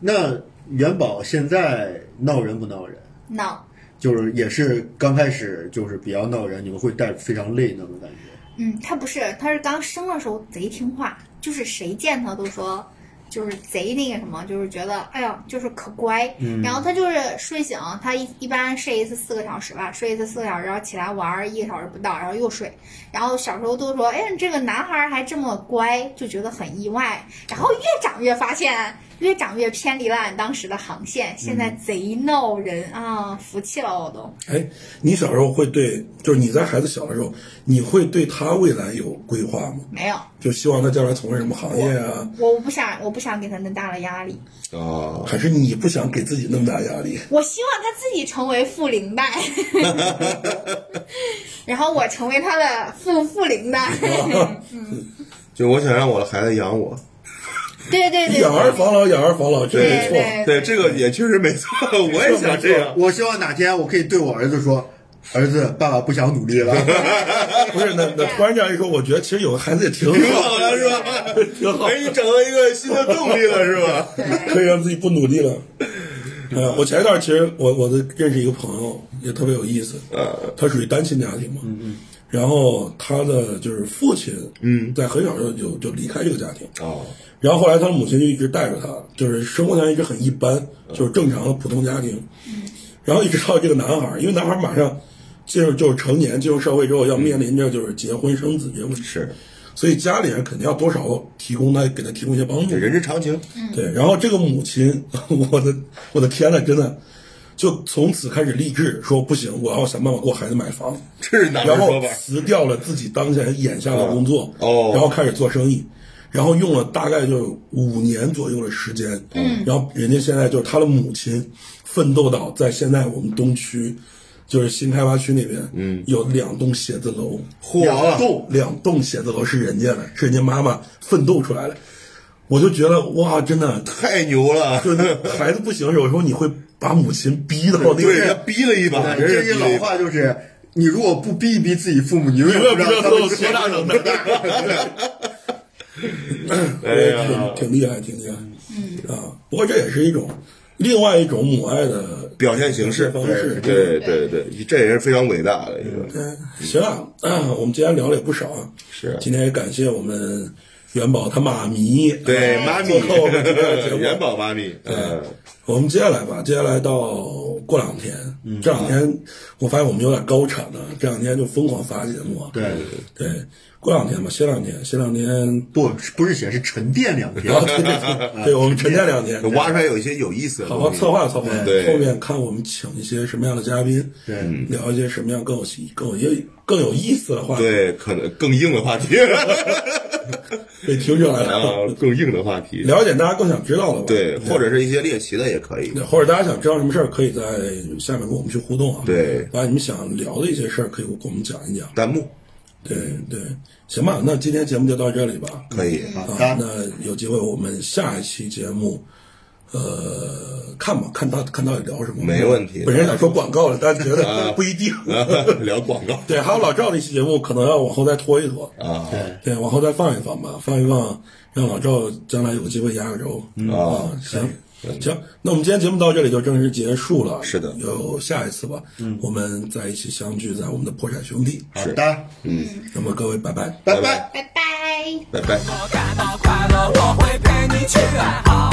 S4: 那元宝现在闹人不闹人？
S5: 闹，
S4: 就是也是刚开始就是比较闹人，你们会带非常累那种感觉。
S5: 嗯，他不是，他是刚生的时候贼听话，就是谁见他都说，就是贼那个什么，就是觉得哎呀，就是可乖。然后他就是睡醒，他一一般睡一次四个小时吧，睡一次四个小时，然后起来玩儿一个小时不到，然后又睡。然后小时候都说，哎呀，你这个男孩儿还这么乖，就觉得很意外。然后越长越发现，越长越偏离了俺当时的航线，现在贼闹人、啊，服气了我都。
S2: 哎，你小时候会对，就是你在孩子小的时候，你会对他未来有规划吗？
S5: 没有，
S2: 就希望他将来从事什么行业啊？
S5: 我不想，我不想给他那么大的压力。
S3: 哦，
S2: 还是你不想给自己那么大压力？
S5: 我希望他自己成为富零代， 然后我成为他的富富 零代。
S3: 就我想让我的孩子养我，
S5: 对对对，
S2: 养儿防老，养儿防老，这没
S5: 对
S2: 错。
S5: 对
S3: 对，这个也确 实没错，我也想这样，
S4: 我希望哪天我可以对我儿子说：“儿子，爸爸不想努力了。
S2: 不是，那那突然这样一说，我觉得其实有个孩子也挺
S3: 挺
S2: 好
S3: 好的 是吧？哎，你找到一个新的动力了是吧？
S2: 可以让自己不努力 了。呃，我前一段其实我我的认识一个朋友，也特别有意思。
S3: 呃，
S2: 他属于单亲家庭嘛，然后他的就是父亲，
S3: 嗯
S2: 在很小时候就就离开这个家庭，
S3: 哦，
S2: 然后后来他的母亲就一直带着他，就是生活条件一直很一般，就是正常的普通家庭。
S3: 嗯
S2: 然后一直到这个男孩儿，因为男孩儿马上进入就是成年，进入社会之后要面临着就是结婚生子这些问题，
S3: 是，
S2: 所以家里人肯定要多少提供他给他提供一些帮助。
S3: 人之常情，
S2: 对，然后这个母亲，我的我的天呐，真的，就从此开始立志说不行，我要想办法给我孩子买房，
S3: 这是哪门
S2: 然
S3: 说
S2: 后
S3: 法？
S2: 辞掉了自己当前眼下的工作，
S3: 哦
S2: 然后开始做生意，然后用了大概就五年左右的时间，嗯，然后人家现在就是他的母亲，奋斗到在现在我们东区，就是新开发区那边，嗯，有两栋写字楼，
S4: 两
S3: 嚯，
S4: 栋
S2: 两栋写字楼是人家的，是人家妈妈奋斗出来的，我就觉得哇，真的。
S3: 太牛了！
S2: 就孩子不行的时候，有时候你会把母亲逼到那
S3: 对，人
S2: 个。
S3: 家逼了一”把，
S4: 这
S3: 人
S4: 句
S3: 家逼了
S4: 老
S3: 一把。
S4: 话就是：你如果不逼一逼自己父母，你永
S2: 你也
S4: 远
S2: 不
S4: 不
S2: 知
S4: 知
S2: 道
S4: 道
S2: 他
S4: 他
S2: 们
S4: 们
S2: 多大能 耐，
S3: 哎呀
S2: 对，挺挺厉害，挺厉害。嗯啊，不过这也是一种另外一种母爱的
S3: 表现形式，
S2: 方式。
S3: 对对对，这也是非常伟大的一个，
S2: 嗯，行啊，啊我们今天聊了也不少啊。
S3: 是
S2: 今天也感谢我们元宝他妈咪。
S3: 对
S2: 啊
S3: 妈咪
S2: 做客我们这个节目
S3: 元宝妈咪，嗯，
S2: 我们接下来吧，接下来到过两天，
S3: 嗯
S2: 这两天我发现我们有点高产了，这两天就疯狂发节目啊。
S4: 对对
S2: 对，过两天吧，歇两天，歇两 天。
S4: 不不是写是沉淀两天
S2: 然。后对对对，对我们沉淀两天，
S3: 嗯挖出来有一些有意思的
S2: 好好
S3: 东西
S2: 策。划策划。
S3: 对
S2: 后面看我们请一些什么样的嘉宾，
S4: 对
S2: 聊一些什么样更有意更有意更有意思的话题，
S3: 对，可能更硬的话题，
S2: 被听出来
S3: 啊
S2: 了，，
S3: 更硬的话题，
S2: 聊一点大家更想知道的吧。
S3: 对，或者是一些猎奇的也可以
S2: 对。或者大家想知道什么事儿，可以在下面跟我们去互动啊。
S3: 对
S2: 把你们想聊的一些事儿，可以跟我们讲一讲。
S3: 弹幕
S2: 对对，行吧，那今天节目就到这里吧。
S3: 可以，
S4: 好
S2: 啊，
S4: 的，
S2: 那有机会我们下一期节目，呃，看吧，看到看到底聊什么，
S3: 没问题啊
S2: 本身想说广告了，但是觉得不一定。
S3: 聊广告
S2: 对，还有老赵那期节目，可能要往后再拖一拖，
S3: 啊
S2: 对，
S4: 对，
S2: 往后再放一放吧，放一放，让老赵将来有机会压个轴。
S3: 啊
S2: 啊，行行，那我们今天节目到这里就正式结束了。
S3: 是的嗯
S2: 有下一次吧，我们在一起相聚在我们的破产兄弟。
S4: 好的，
S2: 那么各位，拜拜。
S4: 拜
S3: 拜拜。
S4: 拜
S3: 拜
S5: 拜拜。
S3: 拜。
S1: 我感到快乐，我会陪你去爱好。